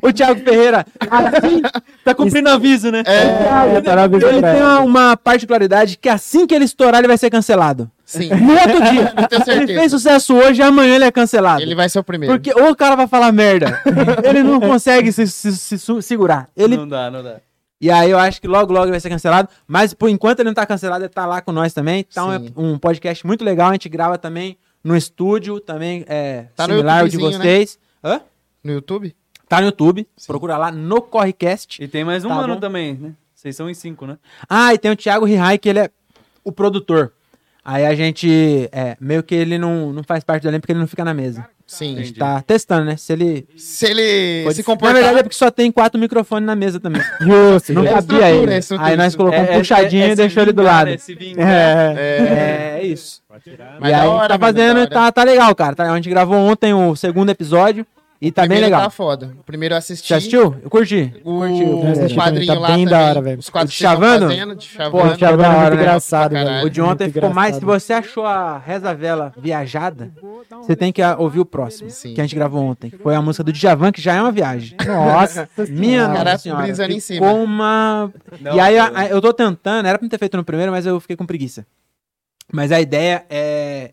D: o Thiago Ferreira, assim, tá cumprindo aviso, né?
B: É, já tá na vida
D: Ele
B: pra
D: tem
B: ela.
D: uma, uma particularidade que assim que ele estourar, ele vai ser cancelado.
A: Sim.
D: No outro dia.
A: Eu tenho
D: Ele
A: certeza.
D: fez sucesso hoje, amanhã ele é cancelado.
A: Ele vai ser o primeiro.
D: Porque ou o cara vai falar merda, ele não consegue se, se- se su- segurar. Ele,
C: Não dá, não dá.
D: e aí eu acho que logo, logo ele vai ser cancelado. Mas por enquanto ele não tá cancelado, ele tá lá com nós também. Então
A: Sim.
D: é um podcast muito legal. A gente grava também no estúdio, também é
A: Tá no
D: similar ao de
A: YouTubezinho,
D: vocês. Hã?
A: No YouTube?
D: Tá no YouTube.
A: Sim.
D: Procura lá no Correcast.
C: E tem mais um
D: Tá
C: ano
D: bom.
C: também, né? Vocês são em cinco, né?
D: Ah, e tem o Thiago Rihai, que ele é o produtor. Aí a gente. É, meio que ele não, não faz parte do elenco porque ele não fica na mesa. A
A: Sim.
D: gente tá testando, né? Se ele.
A: Se ele
D: pode-
A: se comportar...
D: Na verdade é porque só tem quatro microfones na mesa também.
B: Justo,
D: Não
B: justo.
A: estrutura,
D: cabia ele.
A: é estrutura.
D: Aí nós colocamos
C: É- é-
D: um puxadinho
C: é- é
D: e
C: se
D: deixou ele do
C: vingar,
D: lado.
C: né? Se vingar.
B: É,
D: É, é isso.
A: Mas
D: e
A: da
D: aí
A: hora,
D: tá
A: mano, da
D: fazendo,
A: hora.
D: tá, tá legal, cara. Tá- a gente gravou ontem o segundo episódio e tá bem
A: Primeiro
D: legal.
A: Tá foda. O Primeiro eu assisti.
D: Já assistiu? Eu curti.
A: O,
D: Curti, eu
A: o
B: assisti também,
A: quadrinho
B: tá
A: lá
B: bem da
A: também,
B: hora, velho.
A: Os quadros
D: O
A: que vocês tão
D: Chavano?
A: fazendo, de Chavano.
D: Porra, Chavano é
A: da
D: muito
A: né?
B: engraçado,
A: Pra
B: velho.
A: caralho.
D: O de ontem
B: Muito
D: ficou mais. Se
B: engraçado.
D: você achou a Reza Vela viajada, você tem que ah, ouvir o próximo,
A: Sim.
D: que a gente gravou ontem. que Foi a música do Djavan, que já é uma viagem.
B: Nossa
D: Minha
B: senhora.
A: cara
D: nossa senhora,
A: brisando em
D: ficou
A: cima.
D: uma...
C: Não,
D: e aí
C: eu-
D: a- a- eu tô tentando, era pra eu ter feito no primeiro, mas eu fiquei com preguiça. Mas a ideia é...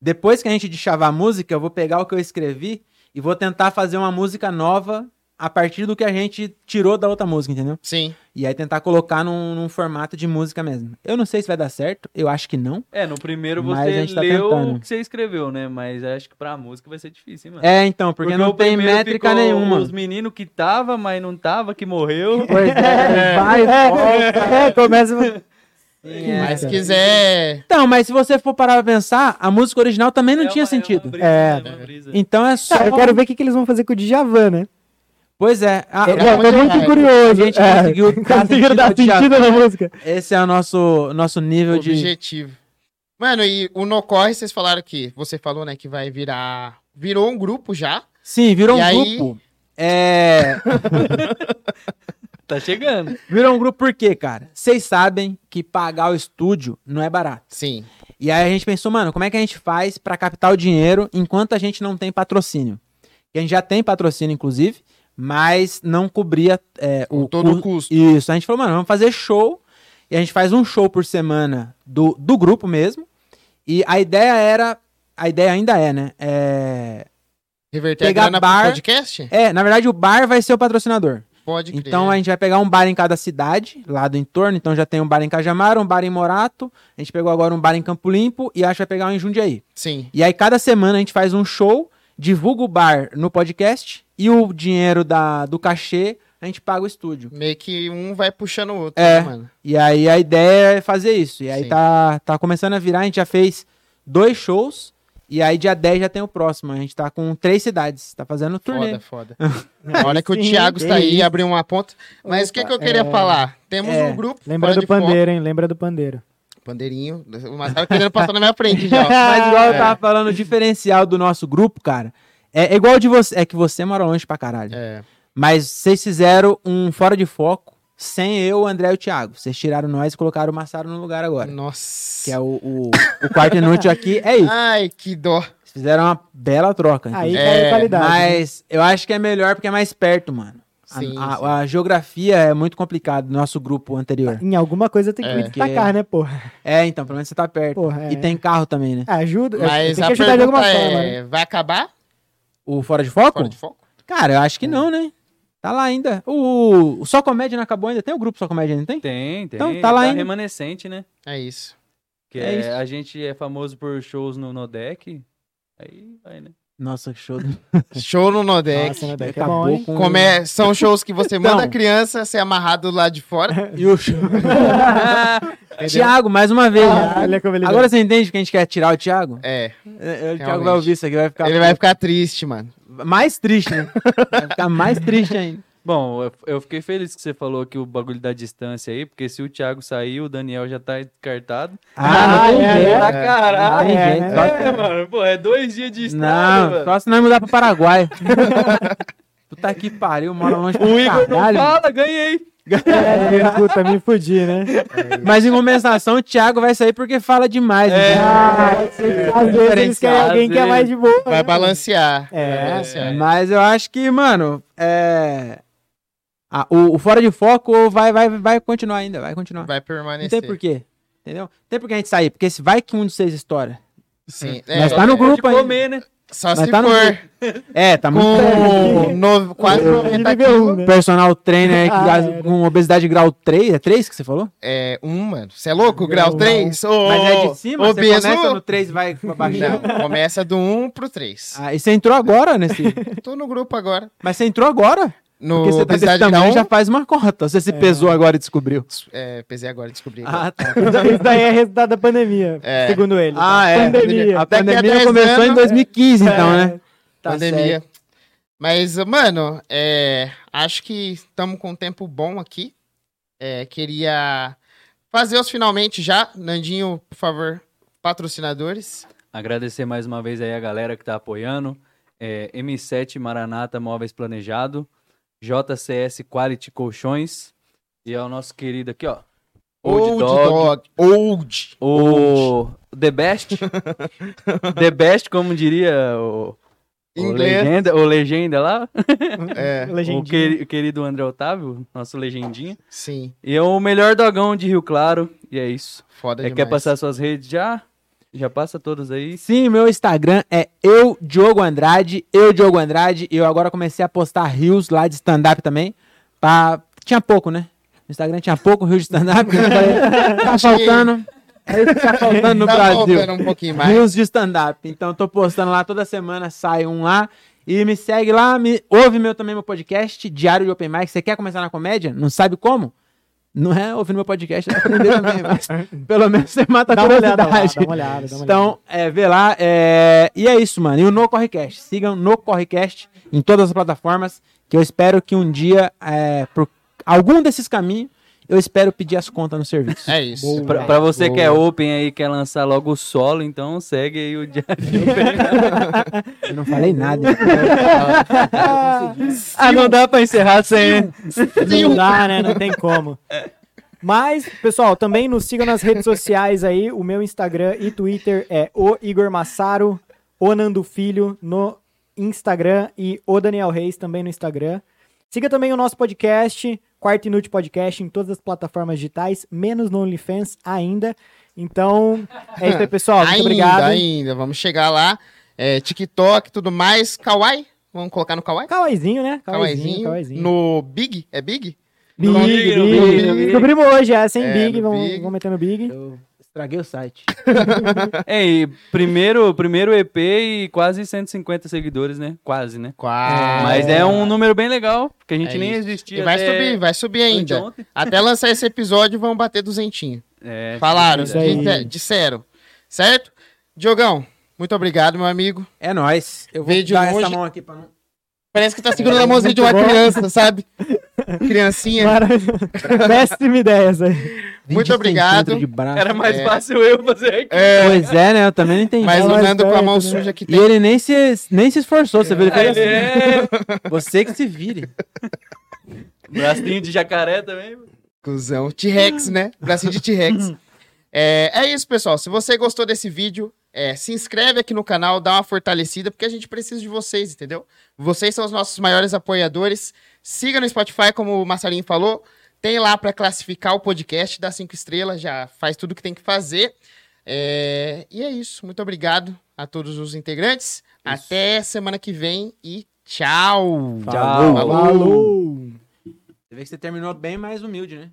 D: Depois que a gente deschavar a música, eu vou pegar o que eu escrevi e vou tentar fazer uma música nova a partir do que a gente tirou da outra música, entendeu?
A: Sim.
D: E aí tentar colocar num, num formato de música mesmo. Eu não sei se vai dar certo, eu acho que não.
C: É, no primeiro
D: Mas a
C: você
D: gente tá
C: leu
D: tentando.
C: o que você escreveu, né? Mas acho que pra música vai ser difícil, hein, mano.
D: É, então, porque, não
C: o
D: tem
C: primeiro
D: métrica
C: ficou
D: nenhuma.
C: Os meninos que tava, mas não tava, que morreu.
B: Pois é, vai, volta. É, começa.
D: É.
A: Mas se quiser...
D: Então, mas se você for parar pra pensar, a música original também não
C: É
D: tinha
C: uma-
D: sentido.
B: É.
C: É. uma brisa, né? Uma brisa.
D: Então é só.
B: Tá, Eu quero ver o que, que eles vão fazer com o Djavan, né?
D: Pois é. a-
B: Eu
A: Pra
B: eu tô
A: onde
B: muito
A: vai?
B: curioso.
D: A gente
B: é.
D: conseguiu dar
B: Conseguiram
D: sentido
B: dar
D: ao Djavan.
B: sentido na música.
D: Esse é o nosso, nosso nível de.
A: Objetivo. Mano, e o No Corre, vocês falaram que... Você falou, né, que vai virar... Virou um grupo já.
D: Sim, virou
A: E
D: um
A: aí-
D: grupo. É.
C: Tá chegando.
D: Virou um grupo por quê, cara? Vocês sabem que pagar o estúdio não é barato.
A: Sim.
D: E aí a gente pensou, mano, como é que a gente faz pra captar o dinheiro enquanto a gente não tem patrocínio? Que a gente já tem patrocínio, inclusive, mas não cobria é, o
A: Todo o
D: cu-
A: custo.
D: Isso. A gente falou, mano, vamos fazer show. E a gente faz um show por semana do, do grupo mesmo. E a ideia era. A ideia ainda é, né? É,
A: Reverter
D: Pegar
A: a grana
D: bar-
A: pro podcast?
D: é, na verdade, o bar vai ser o patrocinador.
A: Pode crer.
D: Então a gente vai pegar um bar em cada cidade, lá do entorno. Então já tem um bar em Cajamar, um bar em Morato. A gente pegou agora um bar em Campo Limpo e acho que vai pegar um em Jundiaí.
A: Sim.
D: E aí, cada semana a gente faz um show, divulga o bar no podcast e o dinheiro da, do cachê a gente paga o estúdio.
A: Meio que um vai puxando o outro, né,
D: É.
A: mano?
D: E aí a ideia é fazer isso. E aí
A: Sim.
D: tá, tá começando a virar, a gente já fez dois shows. E aí, dia 10 já tem o próximo. A gente tá com três cidades. Tá fazendo turnê.
A: Foda, foda. Olha que o
B: Sim,
A: Thiago está aí,
B: isso.
A: abriu uma ponta. Mas o que, que eu queria falar? Temos
D: é.
A: um grupo.
B: Lembra
A: fora
B: do
A: de foco.
B: pandeiro, hein? Lembra do pandeiro.
A: Pandeirinho. O Matheus querendo passar na minha frente já. ó. É.
D: Mas igual eu tava falando, o diferencial do nosso grupo, cara, é, é igual de você. É que você mora longe pra caralho.
A: É,
D: Mas vocês fizeram um fora de foco sem eu, o André e o Thiago. Vocês tiraram nós e colocaram o Massaro no lugar agora.
A: nossa.
D: que é o, o, o quarto inútil aqui, é isso.
A: Ai, que dó.
D: Eles Fizeram uma bela troca.
B: Aí
D: inclusive.
B: caiu
A: É,
B: a qualidade. né?
D: Mas eu acho que é melhor porque é mais perto, mano. A,
A: Sim,
D: a-
A: sim.
D: a geografia é muito complicada do nosso grupo anterior.
B: Em alguma coisa tem que
A: É.
B: me destacar, né, porra?
D: É, então, pelo menos você tá perto.
B: Porra, é.
D: E tem carro também, né?
B: Ajuda. Tem
A: Mas
B: que
A: a
B: ajudar de alguma
A: pergunta
B: forma. né?
A: é: vai acabar?
D: O Fora de Foco?
A: Fora de foco?
D: Cara, eu acho que não, né? Tá lá ainda. O, o Só Comédia não acabou ainda? Tem o grupo Só Comédia ainda, tem?
C: Tem, tem.
D: Então, tá lá ainda.
C: remanescente, né?
A: É isso.
C: Que
D: É
C: é-
D: isso.
C: a gente é famoso por shows no Nodec. Aí vai, né?
D: Nossa, que show.
A: Show no Nodec.
B: Nossa, né, Deck é bom, hein?
D: tá com...
A: Como é- são shows que você manda
D: Então.
A: a criança ser amarrado lá de fora.
D: E o show. Tiago, mais uma vez. né?
B: Ah, olha como ele
D: Agora você entende que a gente quer tirar o Thiago?
A: É.
D: É, O Thiago
A: Realmente.
D: vai ouvir isso aqui, vai ficar
A: Ele vai ficar triste, mano.
D: mais triste, né? vai ficar mais triste ainda.
C: Bom, eu- eu fiquei feliz que você falou que o bagulho da distância aí, porque se o Thiago sair, o Daniel já tá descartado.
B: Ah, é, é.
D: tá,
C: caralho!
D: Não tem jeito.
B: É,
D: Só-
C: É, mano, pô, é dois dias de estrada,
D: Não,
C: mano.
D: só se nós mudar pro Paraguai. Puta que pariu, mora longe pra
C: O Igor não
D: caralho.
C: fala, ganhei.
B: É, puta, me fudi, né?
D: Mas em compensação, o Thiago vai sair porque fala demais. né?
C: É.
D: entendeu?
B: Ah, às vezes eles querem alguém que é mais de boa.
A: Vai
B: né?
A: balancear.
B: É.
A: Vai balancear.
D: Mas eu acho que, mano, é... ah, o, o Fora de Foco vai, vai, vai continuar ainda, vai continuar.
A: Vai
D: Não
A: permanecer.
D: tem porquê, entendeu? Não tem porquê a gente sair, porque se vai que um de vocês estoura.
A: Sim.
D: Mas tá no
A: é,
D: grupo
C: de
D: ainda.
C: comer, né?
A: Só
D: Mas
A: se
D: tá no
A: for.
D: É, tá muito...
A: com no, quase
B: De
A: 90
B: nível
A: quilos.
B: um, né?
D: Personal trainer que
B: Ah,
D: gasta
B: era.
D: com obesidade grau 3, é 3 que você falou?
A: É, um, mano. Você é louco? Grau
B: Não.
A: 3? Ô, né?
D: Mas é de cima, você
A: obeso.
D: começa no 3 e vai baixando.
A: Não, começa do 1 pro 3.
D: Ah, e você entrou agora nesse...
A: Tô no grupo agora.
D: Mas você entrou agora?
A: No
D: Porque você tá
A: obesidade
D: desse tamanho
A: grau
D: já
A: 1,
D: faz uma cota. Você se pesou agora e descobriu.
A: é, pesei agora, descobri.
D: Ah, tá.
B: Isso daí é resultado da pandemia,
A: É.
B: segundo ele.
D: Ah, é.
B: Pandemia.
D: A
A: Daqui a
D: pandemia
A: 10
D: começou em
A: anos-
D: 2015, então,
B: É.
D: né? Tá
A: pandemia. Mas, mano, é, acho que estamos com um tempo bom aqui. É, queria fazer os finalmente já. Nandinho, por favor, patrocinadores.
C: Agradecer mais uma vez aí a galera que tá apoiando. É, M7 Maranata Móveis Planejado, JCS Quality Colchões e ao nosso querido aqui, ó. Old, Dog,
A: Old.
C: O The Best. The Best, como diria o, o
A: Inglês.
C: legenda, o legenda lá.
A: É,
C: O,
B: Legendinha.
C: queri- o querido André Otávio, nosso legendinha.
A: sim,
C: E é o melhor dogão de Rio Claro. E é isso.
A: foda
C: É,
A: demais.
C: quer passar suas redes já? Já passa todas aí.
D: Sim, meu Instagram é eu, Diogo Andrade, eu, Diogo Andrade, e eu agora comecei a postar rios lá de stand-up também, pra... tinha pouco, né? No Instagram tinha pouco rios de stand-up, eu falei, tá faltando, é isso que tá faltando no
A: tá
D: Brasil,
A: voltando um pouquinho mais.
D: rios de stand-up, então eu tô postando lá, toda semana sai um lá, e me segue lá, me... ouve meu também meu podcast, Diário de Open Mic, você quer começar na comédia? Não sabe como? Não é ouvir meu podcast, é aprender também, mas pelo menos você mata a
B: Dá uma olhada lá, dá
D: curiosidade.
B: uma olhada, dá uma
D: Então, é, vê lá. é, E é isso, mano. E o No Correcast. Sigam No Correcast em todas as plataformas. Que eu espero que um dia, é, por algum desses caminhos, eu espero pedir as contas no serviço.
A: É isso.
B: Boa.
C: Pra, pra você que é open aí, quer lançar logo o solo, então segue aí o Diário.
D: Eu não falei nada.
C: ah, não dá pra encerrar sem.
B: Não dá, né? Não tem como. Mas, pessoal, também nos sigam nas redes sociais aí. O meu Instagram e Twitter é o Igor Massaro, o Nando Filho no Instagram e o Daniel Reis também no Instagram. Siga também o nosso podcast, Quarto Inútil Podcast, em todas as plataformas digitais, menos no OnlyFans ainda. Então, é isso aí, pessoal. Muito
A: ainda,
B: obrigado.
A: ainda. Vamos chegar lá. É, TikTok e tudo mais. Kawaii. Vamos colocar no Kawaii?
B: Kawaizinho, né?
A: Kawaiizinho. No Big? É Big?
B: Big,
A: No
B: Big,
C: Big, no Big, no Big.
B: Descobrimos hoje essa, hein?
A: É,
B: Big,
A: no
B: vamos,
A: Big.
B: vamos meter no Big.
D: Eu estraguei o site.
C: Ei, primeiro, primeiro EP e quase 150 seguidores, né? Quase, né?
A: Quase.
C: Mas é um número bem legal, que a gente
A: Ah, É
C: nem
A: isso.
C: existia.
A: E vai
C: até
A: subir, vai subir ainda.
C: anteontem.
A: Até lançar esse episódio vão bater duzentinho.
C: É,
A: Falaram,
B: isso aí.
A: dite- disseram. Certo? Diogão, muito obrigado, meu amigo.
D: É nóis. Eu vou
A: Vídeo
D: dar essa
A: hoje-
D: mão aqui pra não.
A: Parece que tá segurando a mãozinha de uma
B: muito bom.
A: criança, sabe? Criancinha.
B: Maravilhoso. Péssima ideia essa aí.
A: Muito obrigado.
D: 20 de braço.
C: Era mais
A: É.
C: fácil eu fazer aqui.
D: Pois é, né? Eu também não entendi.
A: Mas o
B: mais
A: Nando com a
B: perto,
A: mão
B: né?
A: suja que
D: E
A: tem.
D: ele nem se, nem se esforçou, você viu? Ele fez
C: Aí,
D: assim,
C: é.
D: Você que se vire.
C: Bracinho de jacaré também.
A: Cusão. T-Rex, né? Bracinho de T-Rex. É, é isso, pessoal. Se você gostou desse vídeo, é, se inscreve aqui no canal, dá uma fortalecida, porque a gente precisa de vocês, entendeu? Vocês são os nossos maiores apoiadores. Siga no Spotify, como o Marcelinho falou. Tem lá para classificar o podcast, dá cinco estrelas, já faz tudo que tem que fazer. É, e é isso. Muito obrigado a todos os integrantes. Até semana que vem e tchau.
C: Tchau.
B: Falou.
D: Você vê que você terminou bem mais humilde, né?